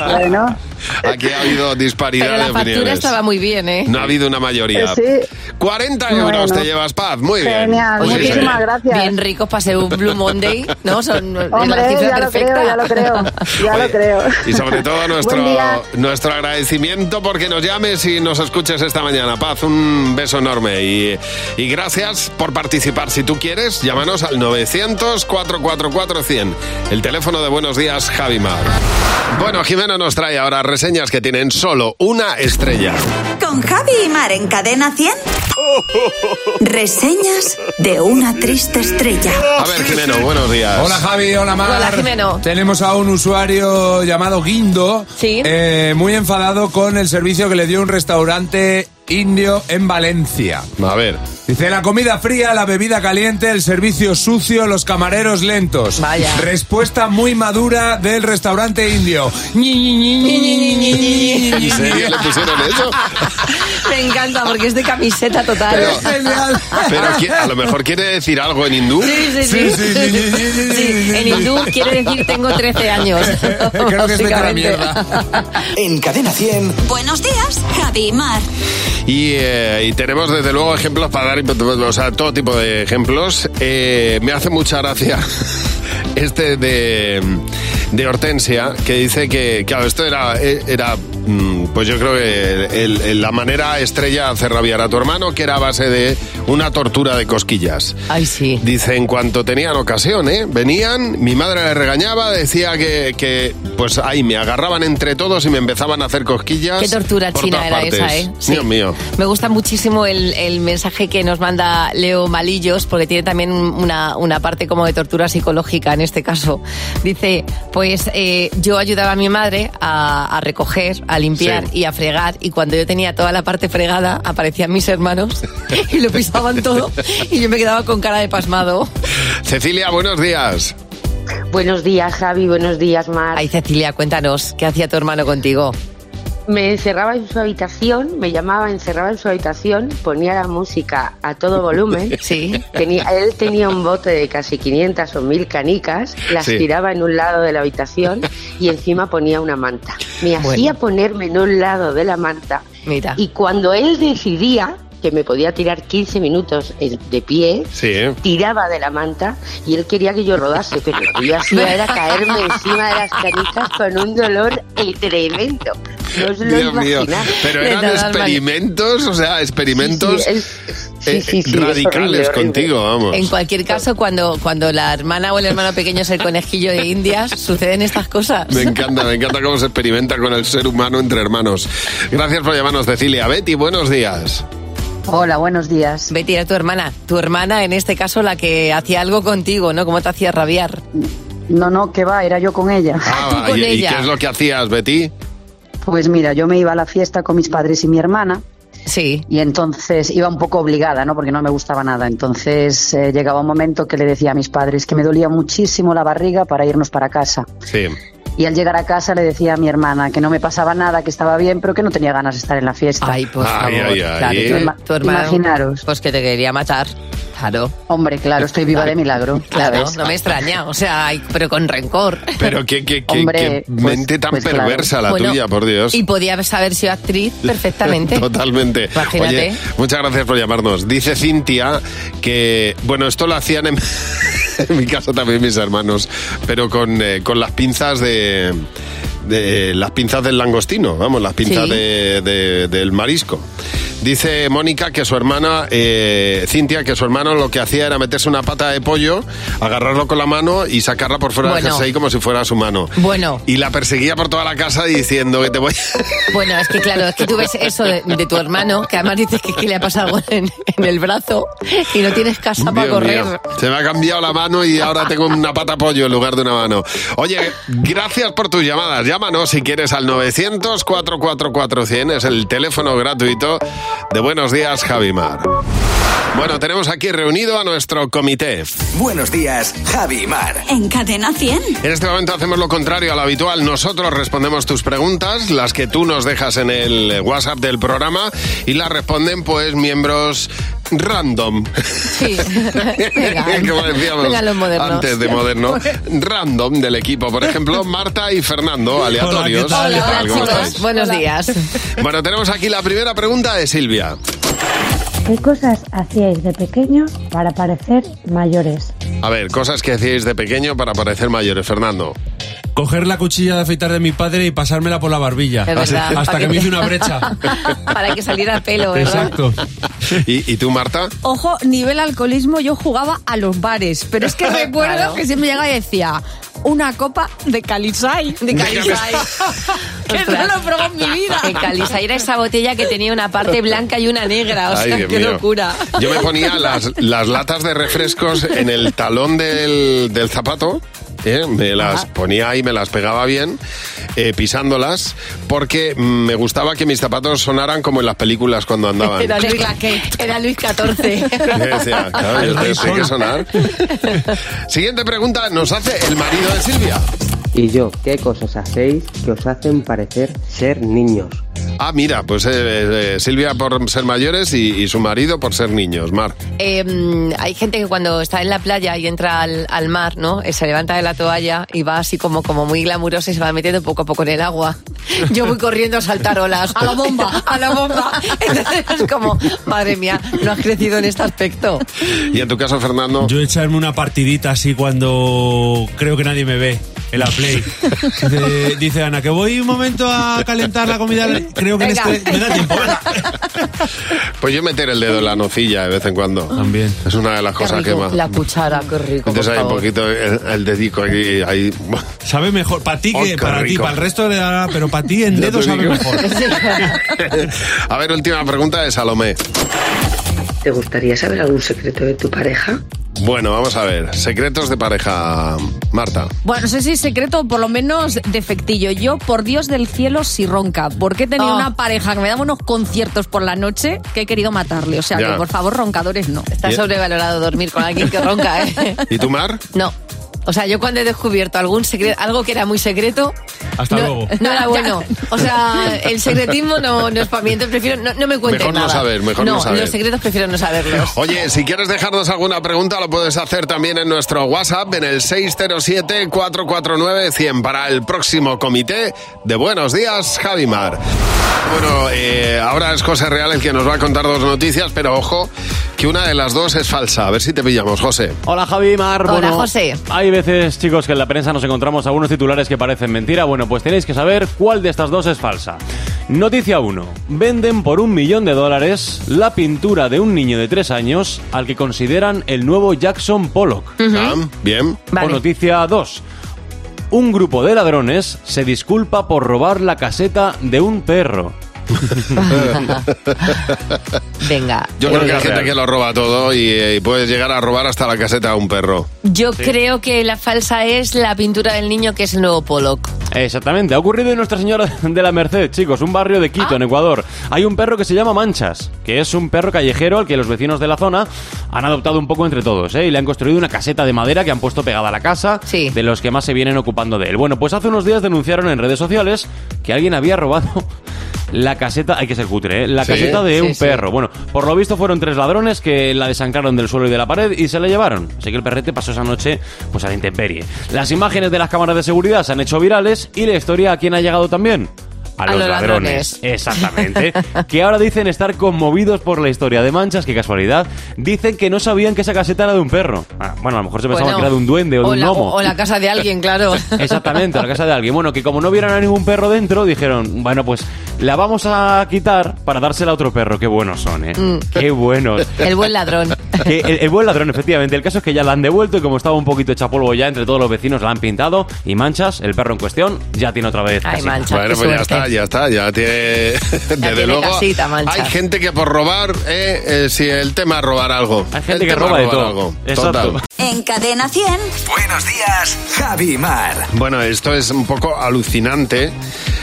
[SPEAKER 3] Bueno. Aquí ha habido disparidad
[SPEAKER 4] Pero la
[SPEAKER 3] de
[SPEAKER 4] factura
[SPEAKER 3] opiniones.
[SPEAKER 4] estaba muy bien, ¿eh?
[SPEAKER 3] No ha habido una mayoría.
[SPEAKER 4] Eh,
[SPEAKER 3] 40 euros
[SPEAKER 4] Bueno.
[SPEAKER 3] te llevas, Paz. Muy bien. Pues eh,
[SPEAKER 4] Oye,
[SPEAKER 3] Sí,
[SPEAKER 4] bien-
[SPEAKER 3] señor.
[SPEAKER 4] Bien ricos para ser un Blue Monday, ¿no? Son es la
[SPEAKER 21] Hombre,
[SPEAKER 4] cifra
[SPEAKER 21] ya lo
[SPEAKER 4] perfecta.
[SPEAKER 21] creo, ya lo creo. Ya lo creo.
[SPEAKER 3] Y sobre todo nuestro,
[SPEAKER 21] Buen día.
[SPEAKER 3] nuestro agradecimiento porque nos llames y nos escuches esta mañana. Paz, un beso enorme y, y gracias por participar. Si tú quieres, llámanos al 900-444-100, el teléfono de Buenos Días, Javi Mar. Bueno, Jimeno nos trae ahora reseñas que tienen solo una estrella.
[SPEAKER 1] Con Javi y Mar en Cadena 100. Reseñas de una triste estrella.
[SPEAKER 3] A ver, Jimeno, buenos días.
[SPEAKER 2] Hola Javi, hola Mar.
[SPEAKER 4] Hola, Jimeno.
[SPEAKER 2] Tenemos a un usuario llamado Guindo, eh, muy enfadado con el servicio que le dio un restaurante indio en Valencia.
[SPEAKER 3] A ver.
[SPEAKER 2] Dice la comida fría, la bebida caliente, el servicio sucio, los camareros lentos. Vaya. Respuesta muy madura del restaurante indio. Ñi, Ñi, Ñi, Ñi, Ñi, Ñi, Ñi, Ñi, Ñi, Ñi.
[SPEAKER 3] le pusieron eso?
[SPEAKER 4] Me encanta porque es de camiseta total.
[SPEAKER 2] Pero- Es genial.
[SPEAKER 3] Pero qui- a lo mejor quiere decir algo en hindú.
[SPEAKER 4] Sí, sí, sí. Sí, en hindú quiere decir tengo 13 años.
[SPEAKER 2] Creo que es de
[SPEAKER 4] Básicamente.
[SPEAKER 2] cara mierda.
[SPEAKER 1] En Cadena 100. Buenos días, Javi y Mar.
[SPEAKER 3] Y, eh, y tenemos desde luego ejemplos para dar, pues, o sea, todo tipo de ejemplos. Eh, me hace mucha gracia este de, de Hortensia, que dice que, claro, esto era, eh, era mm, pues yo creo que el- el- la manera estrella de hacer rabiar a tu hermano, que era a base de una tortura de cosquillas.
[SPEAKER 4] Ay, sí.
[SPEAKER 3] Dice, en cuanto tenían ocasión, ¿eh? venían, mi madre le regañaba, decía que, que, pues ahí me agarraban entre todos y me empezaban a hacer cosquillas.
[SPEAKER 4] Qué tortura
[SPEAKER 3] por
[SPEAKER 4] china
[SPEAKER 3] todas
[SPEAKER 4] era esa,
[SPEAKER 3] partes.
[SPEAKER 4] ¿eh? Sí.
[SPEAKER 3] Dios mío.
[SPEAKER 4] Me gusta muchísimo el, el mensaje que nos manda Leo Malillos, porque tiene también un- una, una parte como de tortura psicológica en este caso. Dice, pues eh, yo ayudaba a mi madre a, a recoger, a limpiar y a fregar, y cuando yo tenía toda la parte fregada, aparecían mis hermanos y lo pisaban todo, y yo me quedaba con cara de pasmado.
[SPEAKER 3] Cecilia, buenos días.
[SPEAKER 4] Buenos días, Javi, buenos días, Mar. Ay, Cecilia, cuéntanos, ¿qué hacía tu hermano contigo?
[SPEAKER 6] Me encerraba en su habitación, me llamaba, encerraba en su habitación, ponía la música a todo volumen.
[SPEAKER 4] Sí.
[SPEAKER 6] Tenía, él tenía un bote de casi 500 o 1000 canicas, las
[SPEAKER 23] Sí.
[SPEAKER 6] tiraba en un lado de la habitación y encima ponía una manta. Me
[SPEAKER 23] Bueno.
[SPEAKER 6] hacía ponerme en un lado de la manta
[SPEAKER 4] Mira.
[SPEAKER 6] y cuando él decidía que me podía tirar 15 minutos en- de pie,
[SPEAKER 3] Sí, ¿eh?
[SPEAKER 6] tiraba de la manta y él quería que yo rodase, pero lo que yo hacía era caerme encima de las canicas con un dolor eh, tremendo. No os lo
[SPEAKER 3] Dios mío.
[SPEAKER 6] imagináis.
[SPEAKER 3] Pero eran experimentos, o sea, experimentos
[SPEAKER 6] Sí, sí,
[SPEAKER 3] eh,
[SPEAKER 6] sí, sí, es
[SPEAKER 3] radicales
[SPEAKER 6] horrible, horrible.
[SPEAKER 3] contigo, vamos.
[SPEAKER 4] En cualquier caso, cuando, cuando la hermana o el hermano pequeño es el conejillo de Indias, suceden estas cosas.
[SPEAKER 3] Me encanta, me encanta cómo se experimenta con el ser humano entre hermanos. Gracias por llamarnos, Cecilia. Betty, buenos días.
[SPEAKER 4] Hola, buenos días. Betty, era tu hermana. Tu hermana, en este caso, la que hacía algo contigo, ¿no? ¿Cómo te hacía rabiar?
[SPEAKER 23] No, no, que va, era yo con ella.
[SPEAKER 3] Ah, ¿y, y qué es lo que hacías, Betty?
[SPEAKER 23] Pues mira, yo me iba a la fiesta con mis padres y mi hermana.
[SPEAKER 4] Sí.
[SPEAKER 23] Y entonces iba un poco obligada, ¿no? Porque no me gustaba nada. Entonces eh, llegaba un momento que le decía a mis padres que me dolía muchísimo la barriga para irnos para casa.
[SPEAKER 3] Sí.
[SPEAKER 23] Y al llegar a casa le decía a mi hermana que no me pasaba nada, que estaba bien, pero que no tenía ganas de estar en la fiesta.
[SPEAKER 4] Ay, por
[SPEAKER 23] Ay,
[SPEAKER 4] favor.
[SPEAKER 23] ay, ay. Ima-
[SPEAKER 4] tu hermano,
[SPEAKER 23] imaginaros.
[SPEAKER 4] Pues que te quería matar. Claro.
[SPEAKER 23] Hombre, claro, estoy viva de milagro.
[SPEAKER 4] Claro,
[SPEAKER 23] ¿sabes?
[SPEAKER 4] no me extraña. O sea, ay, pero con rencor.
[SPEAKER 3] Pero qué, qué, qué-
[SPEAKER 23] Hombre,
[SPEAKER 3] qué mente tan
[SPEAKER 23] pues claro.
[SPEAKER 3] perversa la
[SPEAKER 4] Bueno,
[SPEAKER 3] tuya, por Dios.
[SPEAKER 4] Y podía haber sido actriz perfectamente.
[SPEAKER 3] Totalmente.
[SPEAKER 4] Imagínate.
[SPEAKER 3] Oye, muchas gracias por llamarnos. Dice Cintia que, bueno, esto lo hacían en, en mi casa también mis hermanos, pero con, eh, con las pinzas de, de- las pinzas del langostino, vamos, las pinzas
[SPEAKER 24] Sí.
[SPEAKER 3] de- de- del marisco. Dice Mónica que su hermana, eh, Cintia, que su hermano lo que hacía era meterse una pata de pollo, agarrarlo con la mano y sacarla por fuera del
[SPEAKER 4] Bueno.
[SPEAKER 3] jersey como si fuera su mano.
[SPEAKER 4] Bueno,
[SPEAKER 3] Y la perseguía por toda la casa diciendo que te voy...
[SPEAKER 4] Bueno, es que claro, es que tú ves eso de, de tu hermano, que además dices que, es que le ha pasado algo en, en el brazo y no tienes casa para
[SPEAKER 3] Dios
[SPEAKER 4] correr.
[SPEAKER 3] mío, Se me ha cambiado la mano y ahora tengo una pata pollo en lugar de una mano. Oye, gracias por tus llamadas. Llámanos si quieres al 900-444-100. Es el teléfono gratuito de Buenos Días, Javimar. Bueno, tenemos aquí reunido a nuestro comité.
[SPEAKER 1] Buenos días, Javi Mar. En Cadena 100.
[SPEAKER 3] En este momento hacemos lo contrario a lo habitual. Nosotros respondemos tus preguntas, las que tú nos dejas en el WhatsApp del programa, y las responden, pues, miembros random.
[SPEAKER 4] Sí. Venga,
[SPEAKER 3] Como decíamos
[SPEAKER 4] venga, los modernos.
[SPEAKER 3] antes de moderno. Random del equipo. Por ejemplo, Marta y Fernando, aleatorios.
[SPEAKER 4] Hola,
[SPEAKER 3] ¿Qué tal? ¿Cómo
[SPEAKER 4] chicos.
[SPEAKER 3] estáis?
[SPEAKER 4] Buenos días.
[SPEAKER 3] Bueno, tenemos aquí la primera pregunta de Silvia.
[SPEAKER 7] ¿Qué cosas hacíais de pequeños para parecer mayores?
[SPEAKER 3] A ver, cosas que hacíais de pequeño para parecer mayores, Fernando.
[SPEAKER 5] Coger la cuchilla de afeitar de mi padre y pasármela por la barbilla.
[SPEAKER 4] Es
[SPEAKER 5] Hasta,
[SPEAKER 4] verdad.
[SPEAKER 5] hasta que me hice una brecha.
[SPEAKER 4] Para que saliera pelo, ¿eh? ¿verdad?
[SPEAKER 5] Exacto.
[SPEAKER 3] ¿Y, y tú, Marta?
[SPEAKER 8] Ojo, nivel alcoholismo, yo jugaba a los bares, pero es que recuerdo
[SPEAKER 4] Claro.
[SPEAKER 8] que siempre llegaba y decía una copa de calizay. De
[SPEAKER 4] calizay.
[SPEAKER 8] que no lo probó en mi vida.
[SPEAKER 4] El Calisay era esa botella que tenía una parte blanca y una negra. O
[SPEAKER 3] Ay,
[SPEAKER 4] sea,
[SPEAKER 3] Dios
[SPEAKER 4] qué
[SPEAKER 3] mío.
[SPEAKER 4] locura.
[SPEAKER 3] Yo me ponía las, las latas de refrescos en el talón del, del zapato. ¿eh? Me las ponía ahí, me las pegaba bien, eh, pisándolas, porque mm, me gustaba que mis zapatos sonaran como en las películas cuando andaban.
[SPEAKER 4] Era Luis, era Luis
[SPEAKER 3] Yo decía,
[SPEAKER 4] XIV.
[SPEAKER 3] claro, yo tengo- tengo que sonar. Siguiente pregunta nos hace el marido de Silvia.
[SPEAKER 9] Y yo, ¿qué cosas hacéis que os hacen parecer ser niños?
[SPEAKER 3] Ah, mira, pues eh, eh, Silvia por ser mayores y, y su marido por ser niños, Mar.
[SPEAKER 4] Eh, hay gente que cuando está en la playa y entra al, al mar, ¿no? Eh, Se levanta de la toalla y va así como, como muy glamurosa y se va metiendo poco a poco en el agua. Yo voy corriendo a saltar olas. ¡A la bomba! ¡A la bomba! Entonces es como, madre mía, no has crecido en este aspecto.
[SPEAKER 3] ¿Y en tu caso, Fernando?
[SPEAKER 5] Yo echarme una partidita así cuando creo que nadie me ve. En la Play. De- dice Ana, que voy un momento a calentar la comida. Creo que en
[SPEAKER 4] Venga.
[SPEAKER 5] este... me da tiempo.
[SPEAKER 3] Pues yo meter el dedo en la nocilla de vez en cuando. También. Es una de las
[SPEAKER 4] Qué
[SPEAKER 3] cosas que
[SPEAKER 4] rico,
[SPEAKER 3] más.
[SPEAKER 4] la cuchara, qué rico.
[SPEAKER 3] Entonces
[SPEAKER 4] por
[SPEAKER 3] hay un
[SPEAKER 4] favor.
[SPEAKER 3] poquito el, el dedico aquí, ahí. Oh,
[SPEAKER 5] Sabe mejor, para ti que para ti, para el resto de la... Pero para ti en
[SPEAKER 3] Ya
[SPEAKER 5] dedo
[SPEAKER 3] te
[SPEAKER 5] sabe
[SPEAKER 3] digo.
[SPEAKER 5] mejor.
[SPEAKER 3] A ver, última pregunta de Salomé.
[SPEAKER 24] ¿Te gustaría saber algún secreto de tu pareja?
[SPEAKER 3] Bueno, vamos a ver. Secretos de pareja, Marta.
[SPEAKER 8] Bueno, no sé si es secreto, por lo menos defectillo. Yo, por Dios del cielo, si ronca. Porque he tenido
[SPEAKER 10] Ah.
[SPEAKER 4] Oh.
[SPEAKER 8] una pareja que me daba unos conciertos por la noche que he querido matarle. O sea,
[SPEAKER 3] Ya.
[SPEAKER 8] que por favor, roncadores no.
[SPEAKER 4] Está
[SPEAKER 3] Bien.
[SPEAKER 4] sobrevalorado dormir con alguien que ronca, ¿eh?
[SPEAKER 3] ¿Y tú, Mar?
[SPEAKER 4] No. O sea, yo cuando he descubierto algún secreto, algo que era muy secreto,
[SPEAKER 3] Hasta luego.
[SPEAKER 4] no era bueno. O sea, el secretismo no, no es para mí. Entonces prefiero, no, no me cuentes
[SPEAKER 3] Mejor no
[SPEAKER 4] nada.
[SPEAKER 3] saber, mejor no saber.
[SPEAKER 4] los secretos prefiero no saberlos.
[SPEAKER 3] Oye, si quieres dejarnos alguna pregunta, lo puedes hacer también en nuestro WhatsApp en el 607-449-100 para el próximo comité de Buenos Días, Javimar. Bueno, eh, ahora es José Real el que nos va a contar dos noticias, pero ojo, que una de las dos es falsa. A ver si te pillamos, José.
[SPEAKER 22] Hola Javi Mar.
[SPEAKER 4] Hola,
[SPEAKER 22] Bueno,
[SPEAKER 4] José.
[SPEAKER 22] Hay veces, chicos, que en la prensa nos encontramos algunos titulares que parecen mentira. Bueno, pues tenéis que saber cuál de estas dos es falsa. Noticia 1. Venden por un millón de dólares la pintura de un niño de tres años al que consideran el nuevo Jackson Pollock.
[SPEAKER 3] Bien.
[SPEAKER 22] O noticia 2. Un grupo de ladrones se disculpa por robar la caseta de un perro.
[SPEAKER 4] Venga.
[SPEAKER 3] Yo creo que hay
[SPEAKER 22] Real.
[SPEAKER 3] gente que lo roba todo y, eh, y puedes llegar a robar hasta la caseta de un perro.
[SPEAKER 4] Yo creo que la falsa es la pintura del niño que es el nuevo Pollock.
[SPEAKER 22] Exactamente, ha ocurrido en Nuestra Señora de la Merced, chicos, un barrio de
[SPEAKER 25] Ah.
[SPEAKER 22] Quito, en Ecuador. Hay un perro que se llama Manchas, que es un perro callejero al que los vecinos de la zona han adoptado un poco entre todos, ¿eh? Y le han construido una caseta de madera que han puesto pegada a la casa, de los que más se vienen ocupando de él. Bueno, pues hace unos días denunciaron en redes sociales que alguien había robado la caseta, hay que ser cutre, ¿eh? La
[SPEAKER 25] Sí,
[SPEAKER 22] caseta de
[SPEAKER 25] sí,
[SPEAKER 22] un
[SPEAKER 25] sí.
[SPEAKER 22] perro perro. Bueno, por lo visto fueron tres ladrones que la desangraron del suelo y de la pared y se la llevaron. Así que el perrete pasó esa noche pues a la intemperie. Las imágenes de las cámaras de seguridad se han hecho virales y la historia a quién ha llegado también. A,
[SPEAKER 26] A
[SPEAKER 22] los,
[SPEAKER 26] los
[SPEAKER 22] ladrones.
[SPEAKER 26] ladrones.
[SPEAKER 22] Exactamente. que ahora dicen estar conmovidos por la historia de manchas, qué casualidad. Dicen que no sabían que esa caseta era de un perro. Ah, bueno, a lo mejor se pensaban
[SPEAKER 4] Bueno,
[SPEAKER 22] que era de un duende o de un
[SPEAKER 4] la,
[SPEAKER 22] gnomo.
[SPEAKER 4] o la casa de alguien, claro.
[SPEAKER 22] Exactamente, a la casa de alguien. Bueno, que como no vieron a ningún perro dentro, dijeron, bueno, pues la vamos a quitar para dársela a otro perro. Qué buenos son, ¿eh?
[SPEAKER 4] Mm.
[SPEAKER 22] Qué buenos.
[SPEAKER 4] El buen ladrón.
[SPEAKER 22] Que el, el buen ladrón, efectivamente. El caso es que ya la han devuelto y como estaba un poquito hecha polvo ya entre todos los vecinos, la han pintado y manchas, el perro en cuestión ya tiene otra vez.
[SPEAKER 4] Ay,
[SPEAKER 22] casita.
[SPEAKER 4] Manchas,
[SPEAKER 3] Bueno, pues ya está, ya está, ya tiene. Desde
[SPEAKER 4] tiene
[SPEAKER 3] luego.
[SPEAKER 4] casita, Manchas.
[SPEAKER 3] Hay gente que por robar, eh, eh, si el tema es robar algo. Hay
[SPEAKER 22] gente que roba de todo. Exacto.
[SPEAKER 1] En Cadena 100. Buenos días, Javi Mar.
[SPEAKER 3] Bueno, esto es un poco alucinante.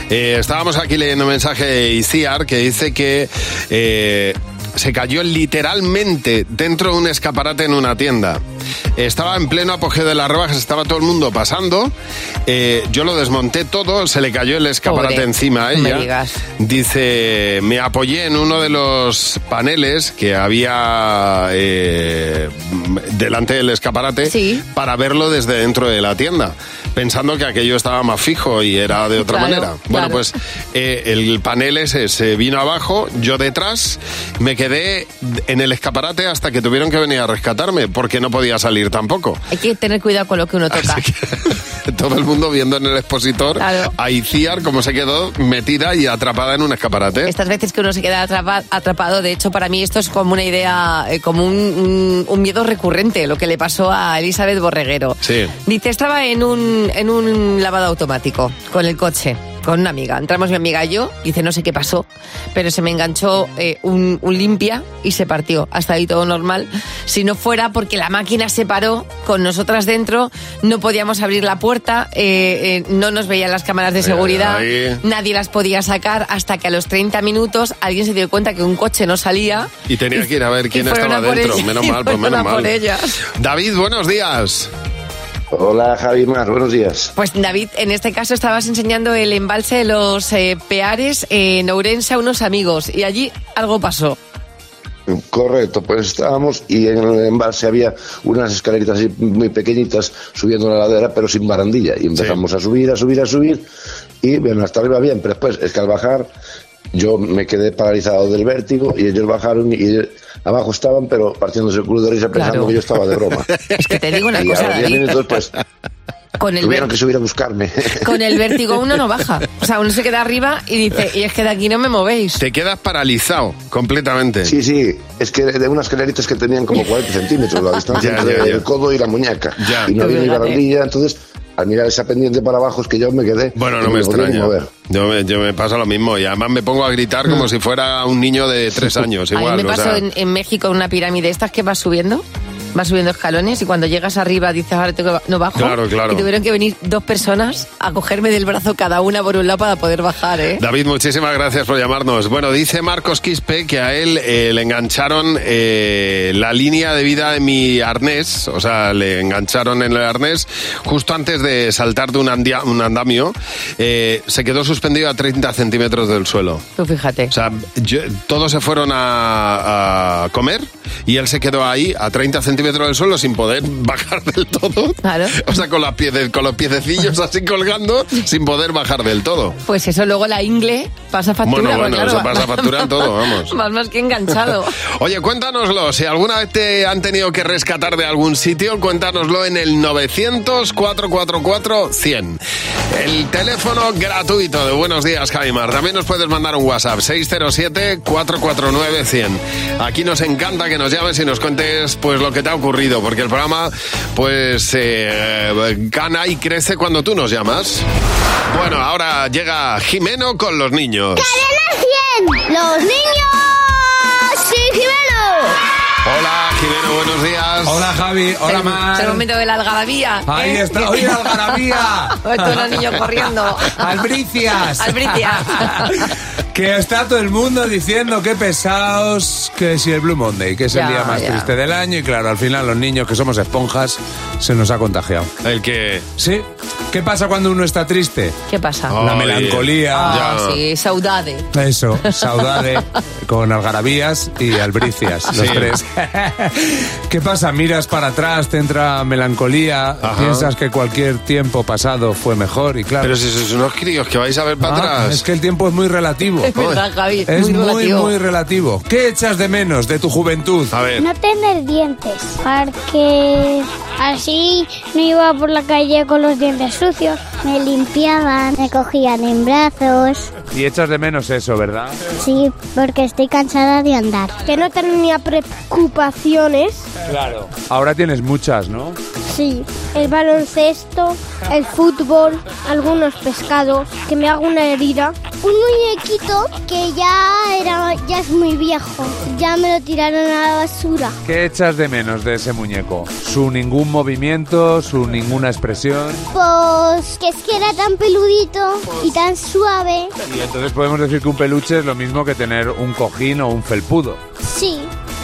[SPEAKER 3] Eh, estábamos aquí leyendo un mensaje de Iciar que dice que eh, se cayó literalmente dentro de un escaparate en una tienda. Estaba en pleno apogeo de las rebajas, estaba todo el mundo pasando. eh, yo lo desmonté todo, se le cayó el escaparate
[SPEAKER 4] Pobre,
[SPEAKER 3] encima ¿eh? a
[SPEAKER 4] no me
[SPEAKER 3] ella.
[SPEAKER 4] digas.
[SPEAKER 3] Dice, me apoyé en uno de los paneles que había eh, delante del escaparate para verlo desde dentro de la tienda, pensando que aquello estaba más fijo y era de otra
[SPEAKER 10] Claro,
[SPEAKER 3] manera. Bueno,
[SPEAKER 10] claro.
[SPEAKER 3] pues eh, el panel ese se vino abajo, yo detrás, me quedé en el escaparate hasta que tuvieron que venir a rescatarme, porque no podía salir tampoco.
[SPEAKER 4] Hay que tener cuidado con lo que uno toca.
[SPEAKER 3] Todo el mundo viendo en el expositor a Iciar como se quedó metida y atrapada en un escaparate.
[SPEAKER 4] Estas veces que uno se queda atrapa- atrapado, de hecho, para mí esto es como una idea, eh, como un, un- un miedo recurrente, lo que le pasó a Elizabeth Borreguero.
[SPEAKER 3] Sí.
[SPEAKER 4] Dice, estaba en un, en un lavado automático con el coche, con una amiga. Entramos mi amiga y yo, dice, no sé qué pasó, pero se me enganchó eh, un, un limpia y se partió. Hasta ahí todo normal. Si no fuera porque la máquina se paró con nosotras dentro, no podíamos abrir la puerta, eh, eh, no nos veían las cámaras de
[SPEAKER 11] Ay,
[SPEAKER 4] seguridad,
[SPEAKER 11] ay.
[SPEAKER 4] nadie las podía sacar hasta que a los 30 minutos alguien se dio cuenta que un coche no salía.
[SPEAKER 3] Y tenía que ir a ver quién
[SPEAKER 4] y fueron a
[SPEAKER 3] estaba
[SPEAKER 4] por
[SPEAKER 3] dentro.
[SPEAKER 4] ella-
[SPEAKER 3] Menos
[SPEAKER 4] y
[SPEAKER 3] mal, pues
[SPEAKER 4] fueron
[SPEAKER 3] menos
[SPEAKER 4] a por
[SPEAKER 3] mal.
[SPEAKER 4] ellas.
[SPEAKER 3] David, buenos días.
[SPEAKER 13] Hola Javi Mar, buenos días.
[SPEAKER 4] Pues David, en este caso estabas enseñando el embalse de los eh, Peares en Ourense a unos amigos y allí algo pasó.
[SPEAKER 13] Correcto, pues estábamos y en el embalse había unas escaleritas así muy pequeñitas subiendo la ladera pero sin barandilla y empezamos a subir, a subir, a subir y bueno, hasta arriba bien, pero después es que al bajar yo me quedé paralizado del vértigo y ellos bajaron y ellos- abajo estaban pero partiéndose el culo de risa pensando
[SPEAKER 4] Claro.
[SPEAKER 13] que yo estaba de broma.
[SPEAKER 4] Es que te digo una
[SPEAKER 13] y
[SPEAKER 4] cosa,
[SPEAKER 13] a los 10
[SPEAKER 4] David,
[SPEAKER 13] minutos pues
[SPEAKER 4] con el,
[SPEAKER 13] tuvieron
[SPEAKER 4] ver-
[SPEAKER 13] que subir a buscarme.
[SPEAKER 4] con el vértigo uno no baja. O sea, uno se queda arriba y dice, y es que de aquí no me movéis.
[SPEAKER 3] Te quedas paralizado completamente.
[SPEAKER 13] Sí, sí, es que de unas escaleritas que tenían como 40 centímetros la distancia
[SPEAKER 3] Ya,
[SPEAKER 13] entre
[SPEAKER 3] ya, ya.
[SPEAKER 13] el codo y la muñeca.
[SPEAKER 3] Ya.
[SPEAKER 13] Y no
[SPEAKER 3] Qué
[SPEAKER 13] había ni
[SPEAKER 3] verdad,
[SPEAKER 13] barandilla, entonces al mirar esa pendiente para abajo es que yo me quedé.
[SPEAKER 3] Bueno,
[SPEAKER 13] y
[SPEAKER 3] no me
[SPEAKER 13] podía ni
[SPEAKER 3] extraña.
[SPEAKER 13] mover.
[SPEAKER 3] Yo me, yo me pasa lo mismo y además me pongo a gritar como si fuera un niño de tres años. Igual,
[SPEAKER 4] Mm. a mí me
[SPEAKER 3] o
[SPEAKER 4] pasó
[SPEAKER 3] sea,
[SPEAKER 4] en, en México en una pirámide de estas que vas subiendo, vas subiendo escalones y cuando llegas arriba dices, ahora tengo que ba- no bajo.
[SPEAKER 3] Claro, claro.
[SPEAKER 4] Y tuvieron que venir dos personas a cogerme del brazo cada una por un lado para poder bajar, ¿eh?
[SPEAKER 3] David, muchísimas gracias por llamarnos. Bueno, dice Marcos Quispe que a él eh, le engancharon eh, la línea de vida de mi arnés, o sea, le engancharon en el arnés justo antes de saltar de un, andia- un andamio. Eh, se quedó suspendido a 30 centímetros del suelo.
[SPEAKER 4] Tú fíjate.
[SPEAKER 3] O sea, yo- todos se fueron a, a comer y él se quedó ahí a 30 centímetros del suelo sin poder bajar del todo. O sea, con, las piece- con los piececillos así colgando sin poder bajar del todo.
[SPEAKER 4] Pues eso, luego la ingle pasa factura.
[SPEAKER 3] Bueno,
[SPEAKER 4] pues
[SPEAKER 3] bueno,
[SPEAKER 4] claro,
[SPEAKER 3] eso
[SPEAKER 4] va-
[SPEAKER 3] pasa
[SPEAKER 4] va-
[SPEAKER 3] factura en todo, vamos.
[SPEAKER 4] Más, más que enganchado.
[SPEAKER 3] Oye, cuéntanoslo. Si alguna vez te han tenido que rescatar de algún sitio, cuéntanoslo en el 900-444-100. El teléfono gratuito de Buenos Días, Javimar. También nos puedes mandar un WhatsApp, 607-449-100. Aquí nos encanta que nos llames y nos cuentes pues lo que te ha ocurrido, porque el programa pues eh, gana y crece cuando tú nos llamas. Bueno, ahora llega Jimeno con los niños.
[SPEAKER 14] ¡Los niños! ¡Sí,
[SPEAKER 3] Hola, Jimeno, buenos días.
[SPEAKER 2] Hola, Javi. Hola, Mar.
[SPEAKER 4] Es el momento de la algarabía.
[SPEAKER 2] Ahí
[SPEAKER 4] ¿eh?
[SPEAKER 2] está. ¡Oye, la algarabía!
[SPEAKER 4] Todos los niños corriendo.
[SPEAKER 2] Albricias.
[SPEAKER 4] Albricias.
[SPEAKER 2] Que está todo el mundo diciendo que pesados, que si el Blue Monday, que es
[SPEAKER 4] Ya,
[SPEAKER 2] el día más
[SPEAKER 4] ya.
[SPEAKER 2] triste del año y claro, al final los niños que somos esponjas se nos ha contagiado.
[SPEAKER 3] El que...
[SPEAKER 2] Sí. ¿Qué pasa cuando uno está triste?
[SPEAKER 4] ¿Qué pasa?
[SPEAKER 2] La melancolía.
[SPEAKER 4] Ah, sí, saudade.
[SPEAKER 2] Eso, saudade con algarabías y albricias, los
[SPEAKER 3] Sí.
[SPEAKER 2] tres. ¿Qué pasa? Miras para atrás, te entra melancolía, piensas que cualquier tiempo pasado fue mejor y claro.
[SPEAKER 3] Pero si sois unos críos que vais a ver para
[SPEAKER 2] Ah,
[SPEAKER 3] atrás.
[SPEAKER 2] Es que el tiempo es muy relativo.
[SPEAKER 3] Es verdad,
[SPEAKER 4] Javi,
[SPEAKER 2] Es
[SPEAKER 4] muy
[SPEAKER 2] muy,
[SPEAKER 4] relativo.
[SPEAKER 2] muy relativo. ¿Qué echas de menos de tu juventud?
[SPEAKER 3] A ver.
[SPEAKER 14] No tener dientes, porque así no iba por la calle con los dientes sucios. Me limpiaban, me cogían en brazos.
[SPEAKER 2] Y echas de menos eso, ¿verdad?
[SPEAKER 14] Sí, porque estoy cansada de andar. Que no tenía preocupaciones.
[SPEAKER 2] Claro. Ahora tienes muchas, ¿no?
[SPEAKER 14] Sí, el baloncesto, el fútbol, algunos pescados, que me hago una herida. Un muñequito que ya era ya es muy viejo, ya me lo tiraron a la basura.
[SPEAKER 2] ¿Qué echas de menos de ese muñeco? Su ningún movimiento, su ninguna expresión.
[SPEAKER 14] Pues que es que era tan peludito y tan suave.
[SPEAKER 2] Y entonces podemos decir que un peluche es lo mismo que tener un cojín o un felpudo.
[SPEAKER 14] Sí,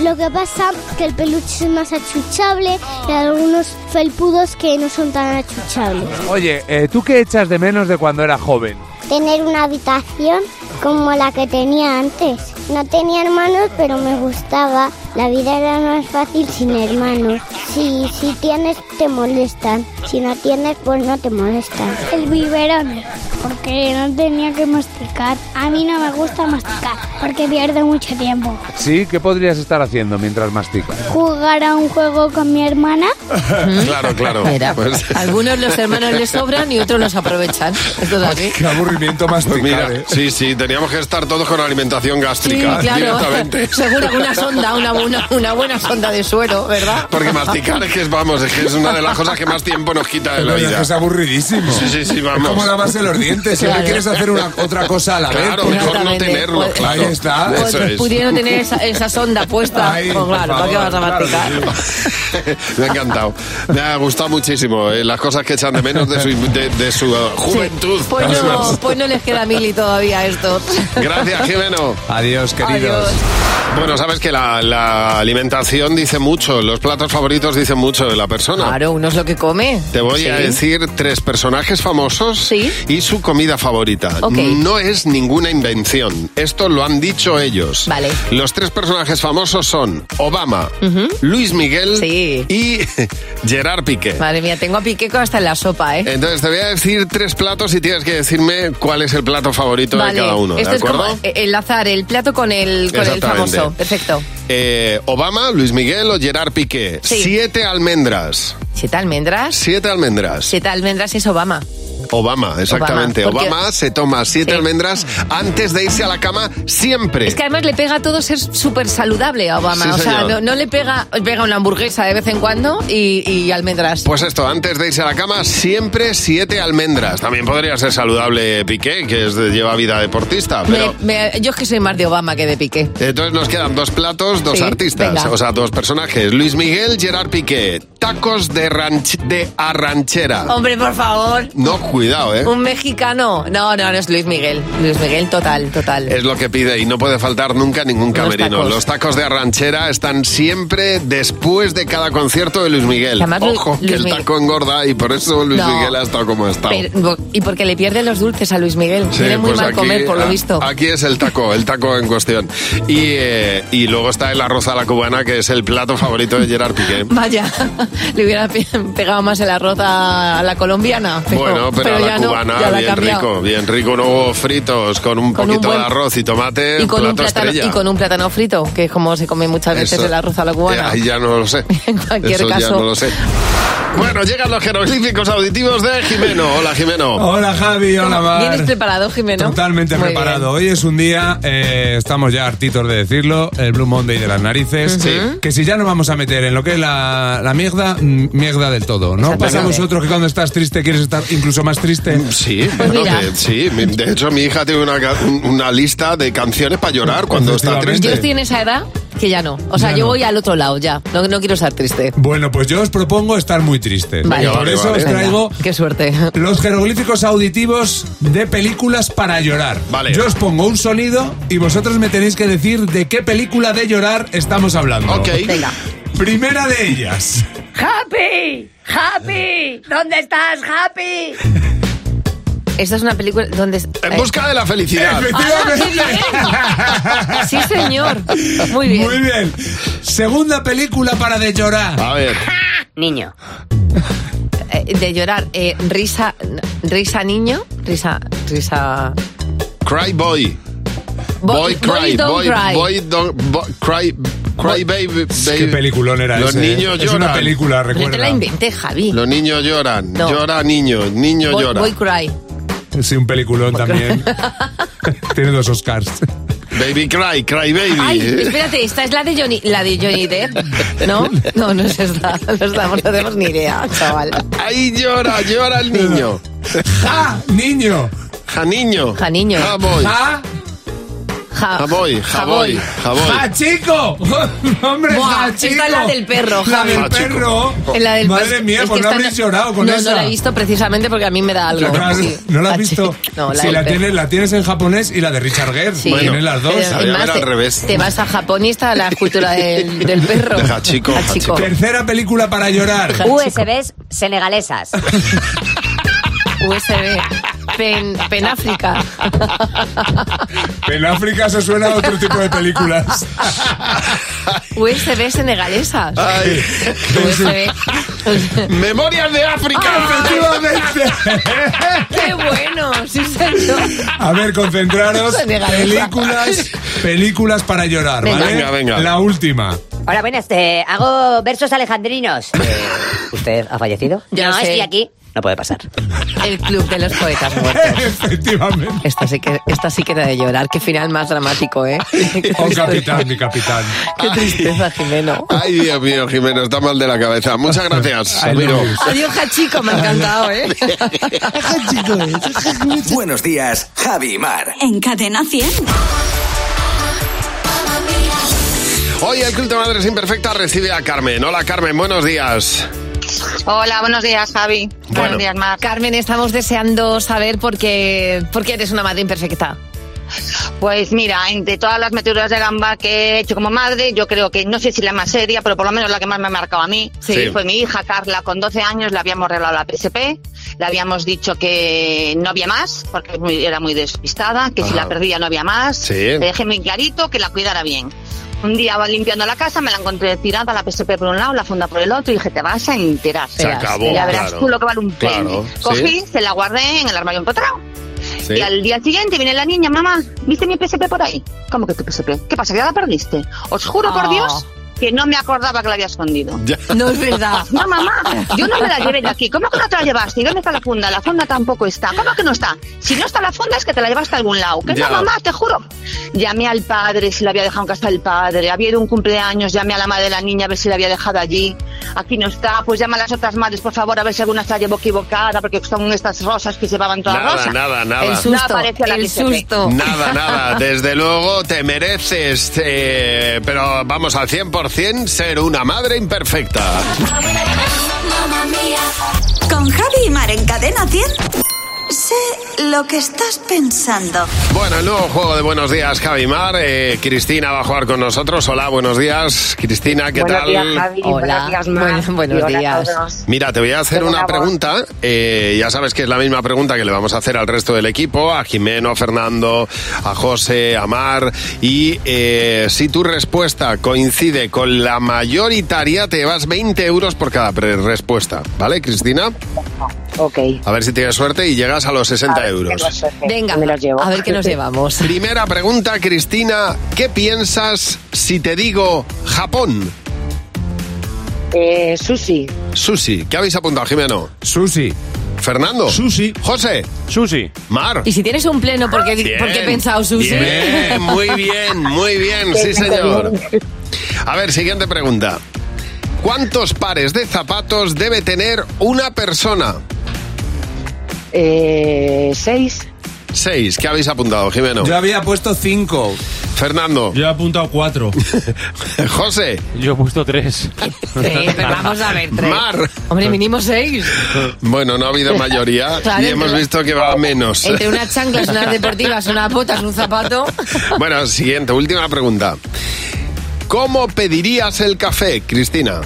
[SPEAKER 14] lo que pasa que el peluche es más achuchable y hay algunos felpudos que no son tan achuchables.
[SPEAKER 2] Oye, eh, ¿tú qué echas de menos de cuando eras joven?
[SPEAKER 14] Tener una habitación como la que tenía antes. No tenía hermanos, pero me gustaba. La vida era más fácil sin hermanos. Si, si tienes, te molestan. Si no tienes, pues no te molestan. El biberón, porque no tenía que masticar. A mí no me gusta masticar, porque pierdo mucho tiempo.
[SPEAKER 2] Sí, ¿qué podrías estar haciendo mientras masticas?
[SPEAKER 14] Jugar a un juego con mi hermana.
[SPEAKER 3] claro, claro.
[SPEAKER 4] Mira,
[SPEAKER 3] Pues-
[SPEAKER 4] Algunos los hermanos les sobran y otros los aprovechan. Esto es así.
[SPEAKER 2] Qué aburrimiento
[SPEAKER 3] Pues
[SPEAKER 2] masticar,
[SPEAKER 3] mira,
[SPEAKER 2] ¿eh?
[SPEAKER 3] sí, sí, teníamos que estar todos con alimentación gástrica directamente.
[SPEAKER 4] Seguro que una sonda, una, una, una buena sonda de suero, ¿verdad?
[SPEAKER 3] Porque masticar es que es, vamos, es que es una de las cosas que más tiempo nos quita de la
[SPEAKER 2] Pero
[SPEAKER 3] vida.
[SPEAKER 2] Es aburridísimo.
[SPEAKER 3] Sí, sí, sí, vamos.
[SPEAKER 2] Es como lavarse los dientes. Siempre
[SPEAKER 4] Claro.
[SPEAKER 2] quieres hacer una, otra cosa a la
[SPEAKER 3] Claro,
[SPEAKER 2] vez.
[SPEAKER 3] mejor no tenerlo,
[SPEAKER 2] Pues-
[SPEAKER 3] claro.
[SPEAKER 2] Ahí está.
[SPEAKER 3] Pues Eso es.
[SPEAKER 4] Pudiendo tener esa, esa sonda puesta,
[SPEAKER 2] Ay,
[SPEAKER 4] pues claro,
[SPEAKER 3] por
[SPEAKER 4] ¿para qué vas a
[SPEAKER 3] favor,
[SPEAKER 4] masticar?
[SPEAKER 3] Me ha encantado. Me ha gustado muchísimo eh, las cosas que echan de menos de su, de, de su eh, juventud.
[SPEAKER 4] Pues no, pues no les queda mili todavía a estos.
[SPEAKER 3] Gracias, Jimeno.
[SPEAKER 2] Adiós, queridos.
[SPEAKER 3] Bueno, sabes que la, la alimentación dice mucho, los platos favoritos dicen mucho de la persona.
[SPEAKER 4] Claro, uno es lo que come.
[SPEAKER 3] Te voy a
[SPEAKER 4] Sí.
[SPEAKER 3] decir tres personajes famosos y su comida favorita.
[SPEAKER 4] Ok.
[SPEAKER 3] No es ninguna invención. Esto lo han dicho ellos.
[SPEAKER 4] Vale.
[SPEAKER 3] Los tres personajes famosos son Obama,
[SPEAKER 4] Ujú.
[SPEAKER 3] Luis Miguel y Gerard Piqué.
[SPEAKER 4] Madre mía, tengo a Piqueco hasta en la sopa, ¿eh?
[SPEAKER 3] Entonces te voy a decir tres platos y tienes que decirme cuál es el plato favorito de cada uno,
[SPEAKER 4] esto
[SPEAKER 3] ¿de
[SPEAKER 4] es
[SPEAKER 3] acuerdo?
[SPEAKER 4] como eh, enlazar el plato con el, con el
[SPEAKER 3] Exactamente.
[SPEAKER 4] famoso. Perfecto.
[SPEAKER 3] Eh, Obama, Luis Miguel o Gerard Piqué. Siete almendras.
[SPEAKER 4] ¿Siete almendras?
[SPEAKER 3] Siete almendras.
[SPEAKER 4] Siete almendras es Obama.
[SPEAKER 3] Obama, exactamente.
[SPEAKER 4] Obama,
[SPEAKER 3] Obama,
[SPEAKER 4] porque-
[SPEAKER 3] se toma siete almendras antes de irse a la cama siempre.
[SPEAKER 4] Es que además le pega a todo ser súper saludable a Obama.
[SPEAKER 3] Sí,
[SPEAKER 4] o sea,
[SPEAKER 3] señor.
[SPEAKER 4] no, no le pega, pega una hamburguesa de vez en cuando y, y almendras.
[SPEAKER 3] Pues esto, antes de irse a la cama, siempre siete almendras. También podría ser saludable Piqué, que es de- lleva vida deportista, pero...
[SPEAKER 4] Me- me- yo es que soy más de Obama que de Piqué.
[SPEAKER 3] Entonces nos quedan dos platos, dos
[SPEAKER 4] Sí,
[SPEAKER 3] artistas,
[SPEAKER 4] venga.
[SPEAKER 3] o sea, dos personajes. Luis Miguel, Gerard Piqué, tacos de, ranch- de arranchera.
[SPEAKER 4] Hombre, por favor.
[SPEAKER 3] No, cuidado, ¿eh?
[SPEAKER 4] Un mexicano. No, no, no es Luis Miguel. Luis Miguel, total, total.
[SPEAKER 3] Es lo que pide y no puede faltar nunca ningún camerino.
[SPEAKER 4] tacos.
[SPEAKER 3] Los tacos de arranchera están siempre después de cada concierto de Luis Miguel.
[SPEAKER 4] Además, Lu-
[SPEAKER 3] Ojo,
[SPEAKER 4] Luis
[SPEAKER 3] que el
[SPEAKER 4] Miguel-
[SPEAKER 3] taco engorda y por eso Luis
[SPEAKER 4] No.
[SPEAKER 3] Miguel ha estado como ha estado.
[SPEAKER 4] Pero- y porque le pierden los dulces a Luis Miguel.
[SPEAKER 3] Sí,
[SPEAKER 4] Tiene muy
[SPEAKER 3] pues
[SPEAKER 4] mal
[SPEAKER 3] aquí-
[SPEAKER 4] comer, por lo
[SPEAKER 3] a-
[SPEAKER 4] visto.
[SPEAKER 3] Aquí es el taco, el taco en cuestión. Y, eh, y luego está el arroz a la cubana, que es el plato favorito de Gerard Piqué.
[SPEAKER 4] Vaya, le hubiera pe- pegado más el arroz a la colombiana. Pero,
[SPEAKER 3] Bueno, pero, a la
[SPEAKER 4] ya no,
[SPEAKER 3] cubana,
[SPEAKER 4] ya la ha
[SPEAKER 3] bien
[SPEAKER 4] cambiado.
[SPEAKER 3] rico, bien rico, unos huevos fritos con un
[SPEAKER 4] Con un
[SPEAKER 3] poquito
[SPEAKER 4] buen-
[SPEAKER 3] de arroz y tomate,
[SPEAKER 4] Y con, un
[SPEAKER 3] plato
[SPEAKER 4] plátano,
[SPEAKER 3] estrella.
[SPEAKER 4] y con un plátano frito, que es como se come muchas veces
[SPEAKER 3] Eso-
[SPEAKER 4] el arroz a la cubana.
[SPEAKER 3] Eh, ahí ya no lo sé.
[SPEAKER 4] En cualquier
[SPEAKER 3] Eso ya
[SPEAKER 4] caso.
[SPEAKER 3] no lo sé. Bueno, llegan los jeroglíficos auditivos de Jimeno. Hola, Jimeno.
[SPEAKER 2] Hola, Javi. Hola, Mar.
[SPEAKER 4] ¿Vienes preparado, Jimeno?
[SPEAKER 2] Totalmente
[SPEAKER 4] Muy
[SPEAKER 2] preparado. Hoy es un día, eh, estamos ya hartitos de decirlo, el Blue Monday de las narices.
[SPEAKER 4] Ujú.
[SPEAKER 2] Que si ya nos vamos a meter en lo que es la, la mierda, mm, mierda del todo. ¿No pasa a vosotros que cuando estás triste quieres estar incluso más triste?
[SPEAKER 3] Sí,
[SPEAKER 2] pues
[SPEAKER 3] bueno, de, sí, mi- de hecho mi hija tiene una, ca- un- una lista de canciones para llorar cuando está
[SPEAKER 4] bien. Yo
[SPEAKER 3] triste.
[SPEAKER 4] estoy en esa edad que ya no. O sea,
[SPEAKER 2] Ya
[SPEAKER 4] yo
[SPEAKER 2] no.
[SPEAKER 4] voy al otro lado ya. No, no quiero estar triste.
[SPEAKER 2] Bueno, pues yo os propongo estar muy tristes.
[SPEAKER 4] Vale.
[SPEAKER 2] Y Por
[SPEAKER 4] Vale,
[SPEAKER 2] eso
[SPEAKER 4] vale.
[SPEAKER 2] os traigo
[SPEAKER 4] Qué suerte.
[SPEAKER 2] los jeroglíficos auditivos de películas para llorar. Vale. Yo os pongo un sonido y vosotros me tenéis que decir de qué película de llorar estamos hablando.
[SPEAKER 3] Ok.
[SPEAKER 4] Venga.
[SPEAKER 2] Primera de ellas.
[SPEAKER 4] ¡Happy! ¡Happy! ¿Dónde estás, Happy? Esta es una película donde...
[SPEAKER 3] En busca de la felicidad.
[SPEAKER 2] Efectivamente.
[SPEAKER 4] Ah, qué bien. Sí, señor. Muy bien.
[SPEAKER 2] Muy bien. Segunda película para de llorar.
[SPEAKER 3] A ver.
[SPEAKER 4] Niño. de llorar. eh, risa... Risa niño. Risa... Risa...
[SPEAKER 3] Cry Boy.
[SPEAKER 4] Boy- Boy
[SPEAKER 3] Boy, Cry.
[SPEAKER 4] Don't
[SPEAKER 3] Boy,
[SPEAKER 4] Cry.
[SPEAKER 3] Boy Don't bo- Cry. Cry Baby.
[SPEAKER 2] Qué
[SPEAKER 3] baby.
[SPEAKER 2] peliculón era
[SPEAKER 3] Los
[SPEAKER 2] ese, ¿eh?
[SPEAKER 3] niños
[SPEAKER 2] Es
[SPEAKER 3] lloran.
[SPEAKER 2] una película,
[SPEAKER 4] Yo te la
[SPEAKER 2] recuerda.
[SPEAKER 4] inventé, Javi.
[SPEAKER 3] Los niños lloran.
[SPEAKER 4] No.
[SPEAKER 3] Llora niño. Niño
[SPEAKER 4] Boy-
[SPEAKER 3] llora.
[SPEAKER 4] Boy Cry.
[SPEAKER 2] Sí, un peliculón también. Tiene dos Oscars.
[SPEAKER 3] Baby Cry. Cry Baby. Eh.
[SPEAKER 4] Ay, espérate, esta es la de Johnny, la de Johnny Depp, ¿no? No, no es esta, no, esta, no tenemos ni idea, chaval.
[SPEAKER 3] Ahí llora, llora el niño.
[SPEAKER 2] ¡Ja! ¡Niño!
[SPEAKER 3] ¡Ja, niño!
[SPEAKER 4] Ja, niño.
[SPEAKER 3] ¡Ja, boy!
[SPEAKER 4] Ja-
[SPEAKER 2] ¡Ja!
[SPEAKER 3] Jaboy, jaboy, jaboy.
[SPEAKER 2] ¡Ja, ¡Ah, chico! ¡Hombre,
[SPEAKER 4] Buah,
[SPEAKER 2] ja, chico!
[SPEAKER 4] esta es la del perro,
[SPEAKER 2] La
[SPEAKER 4] Javi.
[SPEAKER 3] Ah,
[SPEAKER 2] del perro.
[SPEAKER 4] En la del
[SPEAKER 2] Madre
[SPEAKER 4] pues,
[SPEAKER 2] mía,
[SPEAKER 4] es
[SPEAKER 2] pues
[SPEAKER 4] que
[SPEAKER 2] no
[SPEAKER 4] esta
[SPEAKER 2] habréis llorado con
[SPEAKER 4] no,
[SPEAKER 2] esa.
[SPEAKER 4] No la he visto precisamente porque a mí me da algo.
[SPEAKER 2] Claro,
[SPEAKER 4] Sí.
[SPEAKER 2] ¿No la has visto?
[SPEAKER 4] No, la
[SPEAKER 2] si
[SPEAKER 4] del
[SPEAKER 2] la
[SPEAKER 4] perro.
[SPEAKER 2] tienes, la tienes en japonés y la de Richard Gere.
[SPEAKER 4] Sí.
[SPEAKER 2] Bueno, tienes las dos.
[SPEAKER 4] Pero además te, te vas a Japón y está la cultura del, del perro. Hachiko.
[SPEAKER 2] Tercera película para llorar.
[SPEAKER 10] USBs senegalesas.
[SPEAKER 4] USB. Pen, Penáfrica.
[SPEAKER 2] En África se suena a otro tipo de películas.
[SPEAKER 4] USB senegalesas. USB.
[SPEAKER 3] Memorias de África.
[SPEAKER 4] Ah. ¡Qué bueno! Sí, señor.
[SPEAKER 2] A ver, concentraros.
[SPEAKER 10] Senegalesa.
[SPEAKER 2] Películas, películas para llorar,
[SPEAKER 10] Venga.
[SPEAKER 2] ¿vale?
[SPEAKER 10] Venga, venga.
[SPEAKER 2] La última.
[SPEAKER 10] Ahora, buenas, te hago versos alejandrinos. ¿Usted ha fallecido?
[SPEAKER 4] Ya
[SPEAKER 10] no,
[SPEAKER 4] sé.
[SPEAKER 10] estoy aquí. No puede pasar.
[SPEAKER 4] El club de los poetas muertos. Efectivamente. Esta sí que, esta sí que era de llorar. Qué final más dramático, ¿eh?
[SPEAKER 2] Oh, capitán, mi capitán.
[SPEAKER 4] Qué tristeza, Jimeno.
[SPEAKER 3] Ay, Dios mío, Jimeno, está mal de la cabeza. Muchas gracias,
[SPEAKER 4] I
[SPEAKER 3] amigo.
[SPEAKER 4] Adiós, Jachico, me ha encantado, ¿eh?
[SPEAKER 11] Buenos días, Javi y Mar.
[SPEAKER 1] En Cadena 100.
[SPEAKER 3] Hoy el Club de Madres Imperfectas recibe a Carmen. Hola, Carmen, buenos días.
[SPEAKER 15] Hola, buenos días, Javi.
[SPEAKER 3] Bueno.
[SPEAKER 15] Buenos días, Mar.
[SPEAKER 4] Carmen, estamos deseando saber por qué, por qué eres una madre imperfecta.
[SPEAKER 15] Pues mira, entre todas las meteoras de gamba que he hecho como madre, yo creo que, no sé si la más seria, pero por lo menos la que más me ha marcado a mí,
[SPEAKER 16] Sí.
[SPEAKER 15] fue mi hija Carla, con 12 años, le habíamos regalado la PSP, le habíamos dicho que no había más, porque es muy- era muy despistada, que si
[SPEAKER 16] Ajá.
[SPEAKER 15] la perdía no había más,
[SPEAKER 16] Sí.
[SPEAKER 15] le dejé muy clarito que la cuidara bien. Un día va limpiando la casa, me la encontré tirada, la PSP por un lado, la funda por el otro, y dije, te vas a enterar.
[SPEAKER 16] Se
[SPEAKER 15] verás,
[SPEAKER 16] acabó,
[SPEAKER 15] Ya verás
[SPEAKER 16] claro.
[SPEAKER 15] tú lo que vale un
[SPEAKER 16] Claro,
[SPEAKER 15] pene.
[SPEAKER 16] sí.
[SPEAKER 15] Cogí, se la guardé en el armario empotrado.
[SPEAKER 16] Sí.
[SPEAKER 15] Y al día siguiente viene la niña, mamá, ¿viste mi PSP por ahí? ¿Cómo que tu PSP? ¿Qué pasa? ¿Que ya la perdiste? Os juro por
[SPEAKER 16] Ah.
[SPEAKER 15] Dios que no me acordaba que la había escondido.
[SPEAKER 16] Ya.
[SPEAKER 4] No es verdad.
[SPEAKER 15] No, mamá, yo no me la llevé de aquí. ¿Cómo que no te la llevaste? ¿Y dónde está la funda? La funda tampoco está. ¿Cómo que no está? Si no está la funda es que te la llevaste a algún lado. Que
[SPEAKER 16] Ya.
[SPEAKER 15] no, mamá, te juro. Llamé al padre si la había dejado en casa del padre. Había ido un cumpleaños, llamé a la madre de la niña a ver si la había dejado allí. Aquí no está. Pues llama a las otras madres, por favor, a ver si alguna se la llevó equivocada, porque son estas rosas que llevaban todas
[SPEAKER 3] Nada,
[SPEAKER 15] rosas.
[SPEAKER 3] nada, nada. El
[SPEAKER 15] No
[SPEAKER 3] susto,
[SPEAKER 15] apareció la
[SPEAKER 4] el
[SPEAKER 15] PSP.
[SPEAKER 4] susto.
[SPEAKER 3] Nada, nada, desde luego te mereces, eh, pero vamos al 100% ser una madre imperfecta.
[SPEAKER 1] Con Javi y Mar en Cadena 100. Sé lo que estás pensando.
[SPEAKER 3] Bueno, el nuevo juego de Buenos Días, Javi Mar. Eh, Cristina va a jugar con nosotros. Hola, buenos días. Cristina, ¿qué
[SPEAKER 4] Buenos
[SPEAKER 3] tal?
[SPEAKER 4] días, Javi. Hola. Buenos días, Mar. Buen- buenos Y hola a días. todos.
[SPEAKER 3] Mira, te voy a hacer
[SPEAKER 4] Tengo
[SPEAKER 3] una
[SPEAKER 4] una voz.
[SPEAKER 3] pregunta. Eh, ya sabes que es la misma pregunta que le vamos a hacer al resto del equipo, a Jimeno, a Fernando, a José, a Mar. Y eh, si tu respuesta coincide con la mayoritaria, te vas 20 euros por cada pre- respuesta. ¿Vale, Cristina?
[SPEAKER 15] Ok.
[SPEAKER 3] A ver si tienes suerte y llegas a los 60 euros.
[SPEAKER 4] Venga, a ver qué nos llevamos.
[SPEAKER 3] Primera pregunta, Cristina. ¿Qué piensas si te digo Japón?
[SPEAKER 15] Eh, sushi.
[SPEAKER 3] Sushi. ¿Qué habéis apuntado, Jimeno?
[SPEAKER 2] Sushi.
[SPEAKER 3] Fernando. Sushi. José.
[SPEAKER 22] Sushi.
[SPEAKER 3] Mar.
[SPEAKER 4] Y si tienes un pleno, ¿por qué,
[SPEAKER 3] Bien.
[SPEAKER 4] por qué he pensado sushi?
[SPEAKER 3] Bien, muy bien, muy bien, sí señor. A ver, siguiente pregunta. ¿Cuántos pares de zapatos debe tener una persona?
[SPEAKER 15] Eh, seis.
[SPEAKER 3] Seis. ¿Qué habéis apuntado, Jimeno?
[SPEAKER 2] Yo había puesto cinco.
[SPEAKER 3] Fernando.
[SPEAKER 5] Yo he apuntado cuatro.
[SPEAKER 3] José.
[SPEAKER 22] Yo he puesto tres.
[SPEAKER 4] Sí, pero vamos a ver, tres.
[SPEAKER 3] Mar.
[SPEAKER 4] Hombre, mínimo seis.
[SPEAKER 3] Bueno, no ha habido mayoría
[SPEAKER 4] Claro,
[SPEAKER 3] y
[SPEAKER 4] entre
[SPEAKER 3] hemos
[SPEAKER 4] la-
[SPEAKER 3] visto que va a menos.
[SPEAKER 4] Entre unas chanclas, unas deportivas, unas botas, un zapato.
[SPEAKER 3] Bueno, siguiente, última pregunta. ¿Cómo pedirías el café, Cristina?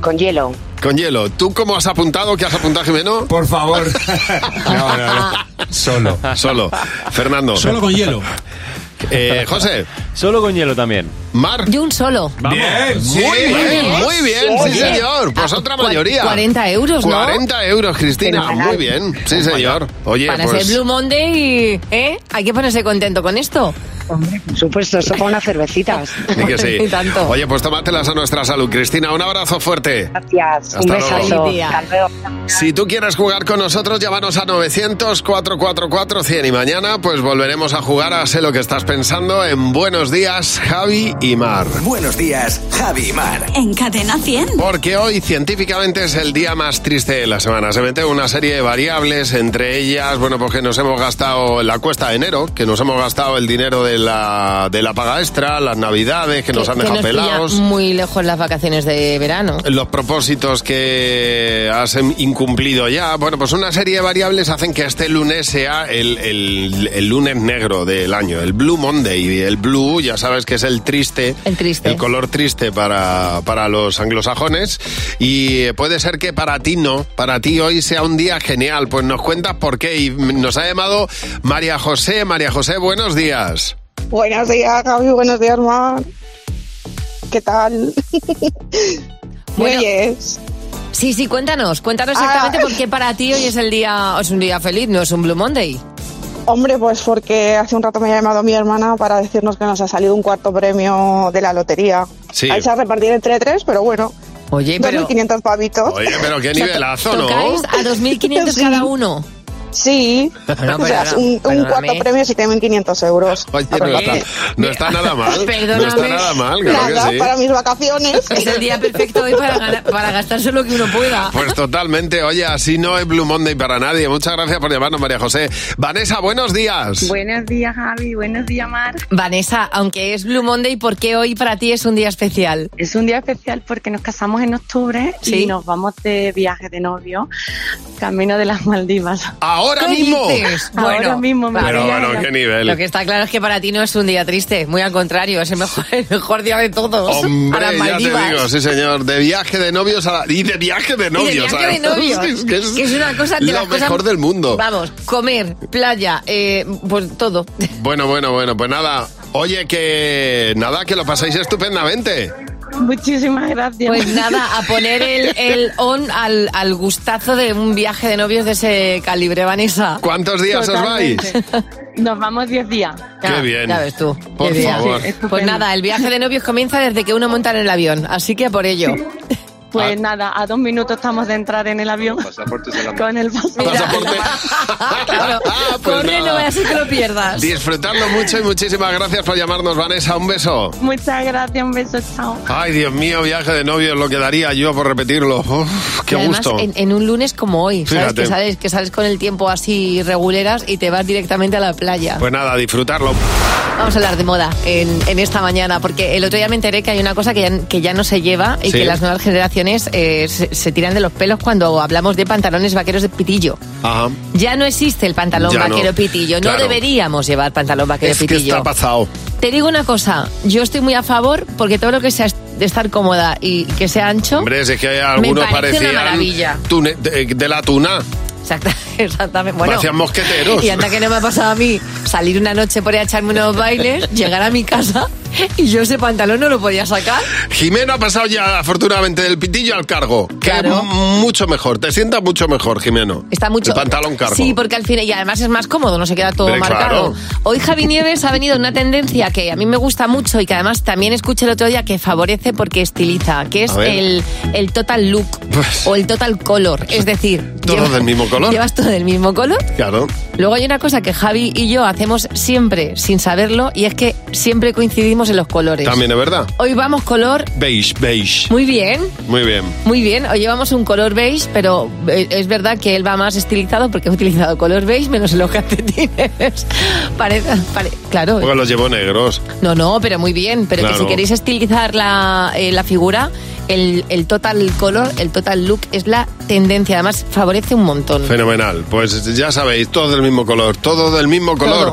[SPEAKER 15] Con hielo.
[SPEAKER 3] Con hielo. ¿Tú cómo has apuntado? ¿Qué has apuntado, Jimeno?
[SPEAKER 2] Por favor. No, no, no. Solo.
[SPEAKER 3] Solo. Fernando.
[SPEAKER 22] Solo con hielo.
[SPEAKER 3] Eh, José.
[SPEAKER 22] Solo con hielo también.
[SPEAKER 3] Mar.
[SPEAKER 4] Yo un solo.
[SPEAKER 22] Bien, sí,
[SPEAKER 3] muy bien, muy bien, sí,
[SPEAKER 4] Oye,
[SPEAKER 3] señor. Pues
[SPEAKER 4] ah,
[SPEAKER 3] otra
[SPEAKER 4] cua-
[SPEAKER 3] mayoría.
[SPEAKER 4] 40 euros, ¿no?
[SPEAKER 3] 40 euros, Cristina.
[SPEAKER 4] Fenomenal.
[SPEAKER 3] Muy bien, sí, señor. Oye,
[SPEAKER 4] Para
[SPEAKER 3] pues...
[SPEAKER 4] ser Blue Monday, y, ¿eh? Hay que ponerse contento con esto.
[SPEAKER 15] Hombre, por supuesto, eso para unas cervecitas.
[SPEAKER 3] Ni que sí.
[SPEAKER 4] Ni tanto.
[SPEAKER 3] Oye, pues tómatelas a nuestra salud. Cristina, un abrazo fuerte.
[SPEAKER 15] Gracias.
[SPEAKER 3] Hasta luego.
[SPEAKER 15] Hasta
[SPEAKER 3] Si tú quieres jugar con nosotros, llámanos a 900-444-100 y mañana pues volveremos a jugar a Sé lo que estás pensando en Buenos Días, Javi y Mar.
[SPEAKER 11] Buenos días, Javi y Mar.
[SPEAKER 1] En Cadena 100.
[SPEAKER 3] Porque hoy científicamente es el día más triste de la semana. Se mete una serie de pues variables, entre ellas, bueno, porque nos hemos gastado la cuesta de enero, que nos hemos gastado el dinero de de la, de la paga extra, las navidades que, nos han
[SPEAKER 4] que
[SPEAKER 3] dejado
[SPEAKER 4] nos pilla
[SPEAKER 3] pelados.
[SPEAKER 4] muy lejos las vacaciones de verano.
[SPEAKER 3] Los propósitos que has em- incumplido ya. Bueno, pues una serie de variables hacen que este lunes sea el, el- el lunes negro del año, el Blue Monday. El blue, ya sabes que es el triste.
[SPEAKER 4] El triste.
[SPEAKER 3] El color triste para, para los anglosajones. Y eh, puede ser que para ti no. Para ti hoy sea un día genial. Pues nos cuentas por qué. Y mm, nos ha llamado María José. María José, buenos días.
[SPEAKER 12] Buenos días, Javi. Buenos días, Mar. ¿Qué tal?
[SPEAKER 4] Bueno, Sí, sí, cuéntanos, cuéntanos
[SPEAKER 15] Ah.
[SPEAKER 4] exactamente por qué para ti hoy es el día, es un día feliz, no es un Blue Monday.
[SPEAKER 12] Hombre, pues porque hace un rato me ha llamado mi hermana para decirnos que nos ha salido un cuarto premio de la lotería.
[SPEAKER 3] Sí.
[SPEAKER 12] Vais a repartir entre tres, pero bueno.
[SPEAKER 4] Oye,
[SPEAKER 3] pero-
[SPEAKER 12] 2.500 pavitos.
[SPEAKER 3] Oye, pero qué
[SPEAKER 12] O sea, to-
[SPEAKER 3] nivelazo, ¿no?
[SPEAKER 12] tocáis
[SPEAKER 4] A 2.500
[SPEAKER 12] Sí.
[SPEAKER 4] cada uno.
[SPEAKER 12] Sí.
[SPEAKER 3] Bueno,
[SPEAKER 12] o sea, es un, un
[SPEAKER 3] perdóname.
[SPEAKER 12] cuarto premio, 7.500 euros.
[SPEAKER 3] Oye, no está, no está nada mal. No está
[SPEAKER 12] Perdóname.
[SPEAKER 3] nada mal, claro
[SPEAKER 12] Nada,
[SPEAKER 3] que sí.
[SPEAKER 12] para mis vacaciones.
[SPEAKER 4] Es el día perfecto hoy para, ganar- para gastarse lo que uno pueda.
[SPEAKER 3] Pues totalmente, oye, así no es Blue Monday para nadie. Muchas gracias por llamarnos, María José. Vanessa, buenos días.
[SPEAKER 4] Buenos días, Javi. Buenos días, Mar. Vanessa, aunque es Blue Monday, ¿por qué hoy para ti es un día especial?
[SPEAKER 16] Es un día especial porque nos casamos en octubre
[SPEAKER 4] Sí.
[SPEAKER 16] y nos vamos de viaje de novio, camino de las Maldivas.
[SPEAKER 3] ¿Ahora
[SPEAKER 16] ¿Qué mismo? dices? Ahora mismo me
[SPEAKER 3] Pero bueno, qué nivel.
[SPEAKER 4] Lo que está claro es que para ti no es un día triste, muy al contrario, es el mejor, el mejor día de todos.
[SPEAKER 3] Hombre,
[SPEAKER 4] a las
[SPEAKER 3] ya te
[SPEAKER 4] Maldivas.
[SPEAKER 3] digo, sí señor, de viaje de novios a la- y de viaje de
[SPEAKER 4] Y de
[SPEAKER 3] novios.
[SPEAKER 4] viaje de
[SPEAKER 3] además.
[SPEAKER 4] novios,
[SPEAKER 3] Es
[SPEAKER 4] que,
[SPEAKER 3] que
[SPEAKER 4] es, una cosa de
[SPEAKER 3] lo
[SPEAKER 4] las cosas-
[SPEAKER 3] mejor del mundo.
[SPEAKER 4] Vamos, comer, playa, eh, pues todo.
[SPEAKER 3] Bueno, bueno, bueno, pues nada. Oye, que nada, que lo pasáis estupendamente.
[SPEAKER 16] Muchísimas gracias.
[SPEAKER 4] Pues nada, a poner el, el on al, al gustazo de un viaje de novios de ese calibre, Vanessa.
[SPEAKER 3] ¿Cuántos días os Totalmente.
[SPEAKER 16] Nos vamos 10 días.
[SPEAKER 3] Qué bien.
[SPEAKER 4] Ya ves tú.
[SPEAKER 3] Por
[SPEAKER 4] Qué bien.
[SPEAKER 3] favor.
[SPEAKER 4] Pues nada, el viaje de novios comienza desde que uno monta en el avión, así que a por ello.
[SPEAKER 16] Pues
[SPEAKER 3] Ah.
[SPEAKER 16] nada, a dos minutos estamos de entrar en el avión. Con el
[SPEAKER 4] Claro,
[SPEAKER 3] Pues
[SPEAKER 4] Ah, corre,
[SPEAKER 3] nada.
[SPEAKER 4] no vayas a ser que lo pierdas.
[SPEAKER 3] Disfrutadlo mucho y muchísimas gracias por llamarnos, Vanessa. Un beso.
[SPEAKER 16] Muchas gracias, un beso, chao.
[SPEAKER 3] Ay, Dios mío, viaje de novios, lo que daría yo por repetirlo. Uf, qué
[SPEAKER 4] Y además,
[SPEAKER 3] gusto.
[SPEAKER 4] En, en un lunes como hoy, ¿sabes?
[SPEAKER 3] Fíjate.
[SPEAKER 4] Que, sales, que sales con el tiempo así reguleras y te vas directamente a la playa.
[SPEAKER 3] Pues nada, disfrutarlo.
[SPEAKER 4] Vamos a hablar de moda en, en esta mañana, porque el otro día me enteré que hay una cosa que ya, que ya no se lleva y
[SPEAKER 3] Sí.
[SPEAKER 4] que las nuevas generaciones eh, se, se tiran de los pelos cuando hablamos de pantalones vaqueros de pitillo.
[SPEAKER 3] Ajá.
[SPEAKER 4] Ya no existe el pantalón
[SPEAKER 3] Ya no.
[SPEAKER 4] vaquero pitillo,
[SPEAKER 3] Claro.
[SPEAKER 4] no deberíamos llevar pantalón vaquero
[SPEAKER 3] Es que
[SPEAKER 4] pitillo.
[SPEAKER 3] está pasado.
[SPEAKER 4] Te digo una cosa, yo estoy muy a favor porque todo lo que sea est- de estar cómoda y que sea ancho,
[SPEAKER 3] Hombre, si es que algunos
[SPEAKER 4] Me parece una
[SPEAKER 3] parecían
[SPEAKER 4] maravilla.
[SPEAKER 3] tune- de, de la tuna.
[SPEAKER 4] Exacta- exactamente. Bueno,
[SPEAKER 3] Parecían mosqueteros.
[SPEAKER 4] Y anda que no me ha pasado a mí salir una noche por ahí a echarme unos bailes, llegar a mi casa y yo ese pantalón no lo podía sacar.
[SPEAKER 3] Jimena ha pasado ya, afortunadamente, del pitillo al cargo. Que es mucho mejor. Te sientas mucho mejor, Jimeno.
[SPEAKER 4] Está mucho.
[SPEAKER 3] El pantalón cargo.
[SPEAKER 4] Sí, porque al fin y además es más cómodo, no se queda todo
[SPEAKER 3] Hombre,
[SPEAKER 4] marcado.
[SPEAKER 3] claro.
[SPEAKER 4] Hoy Javi Nieves ha venido una tendencia que a mí me gusta mucho y que además también escuché el otro día que favorece porque estiliza, que es
[SPEAKER 3] A ver. Pues.
[SPEAKER 4] el, el total look o el total color. Es decir,
[SPEAKER 3] Todo del mismo color.
[SPEAKER 4] llevas todo del mismo color.
[SPEAKER 3] Claro.
[SPEAKER 4] Luego hay una cosa que Javi y yo hacemos siempre sin saberlo y es que siempre coincidimos en los colores.
[SPEAKER 3] También es verdad.
[SPEAKER 4] Hoy vamos color
[SPEAKER 3] Beige, beige.
[SPEAKER 4] muy bien.
[SPEAKER 3] Muy bien.
[SPEAKER 4] Muy bien, hoy llevamos un color beige, pero eh, es verdad que él va más estilizado porque he utilizado color beige menos en los calcetines. Parece, pare- claro.
[SPEAKER 3] Porque los llevo negros.
[SPEAKER 4] No, no, pero muy bien. Pero que
[SPEAKER 3] Claro.
[SPEAKER 4] si queréis estilizar la, eh, la figura, el, el total color, el total look es la tendencia. Además, favorece un montón.
[SPEAKER 3] Fenomenal. Pues ya sabéis, todo del mismo color. Todo del mismo color.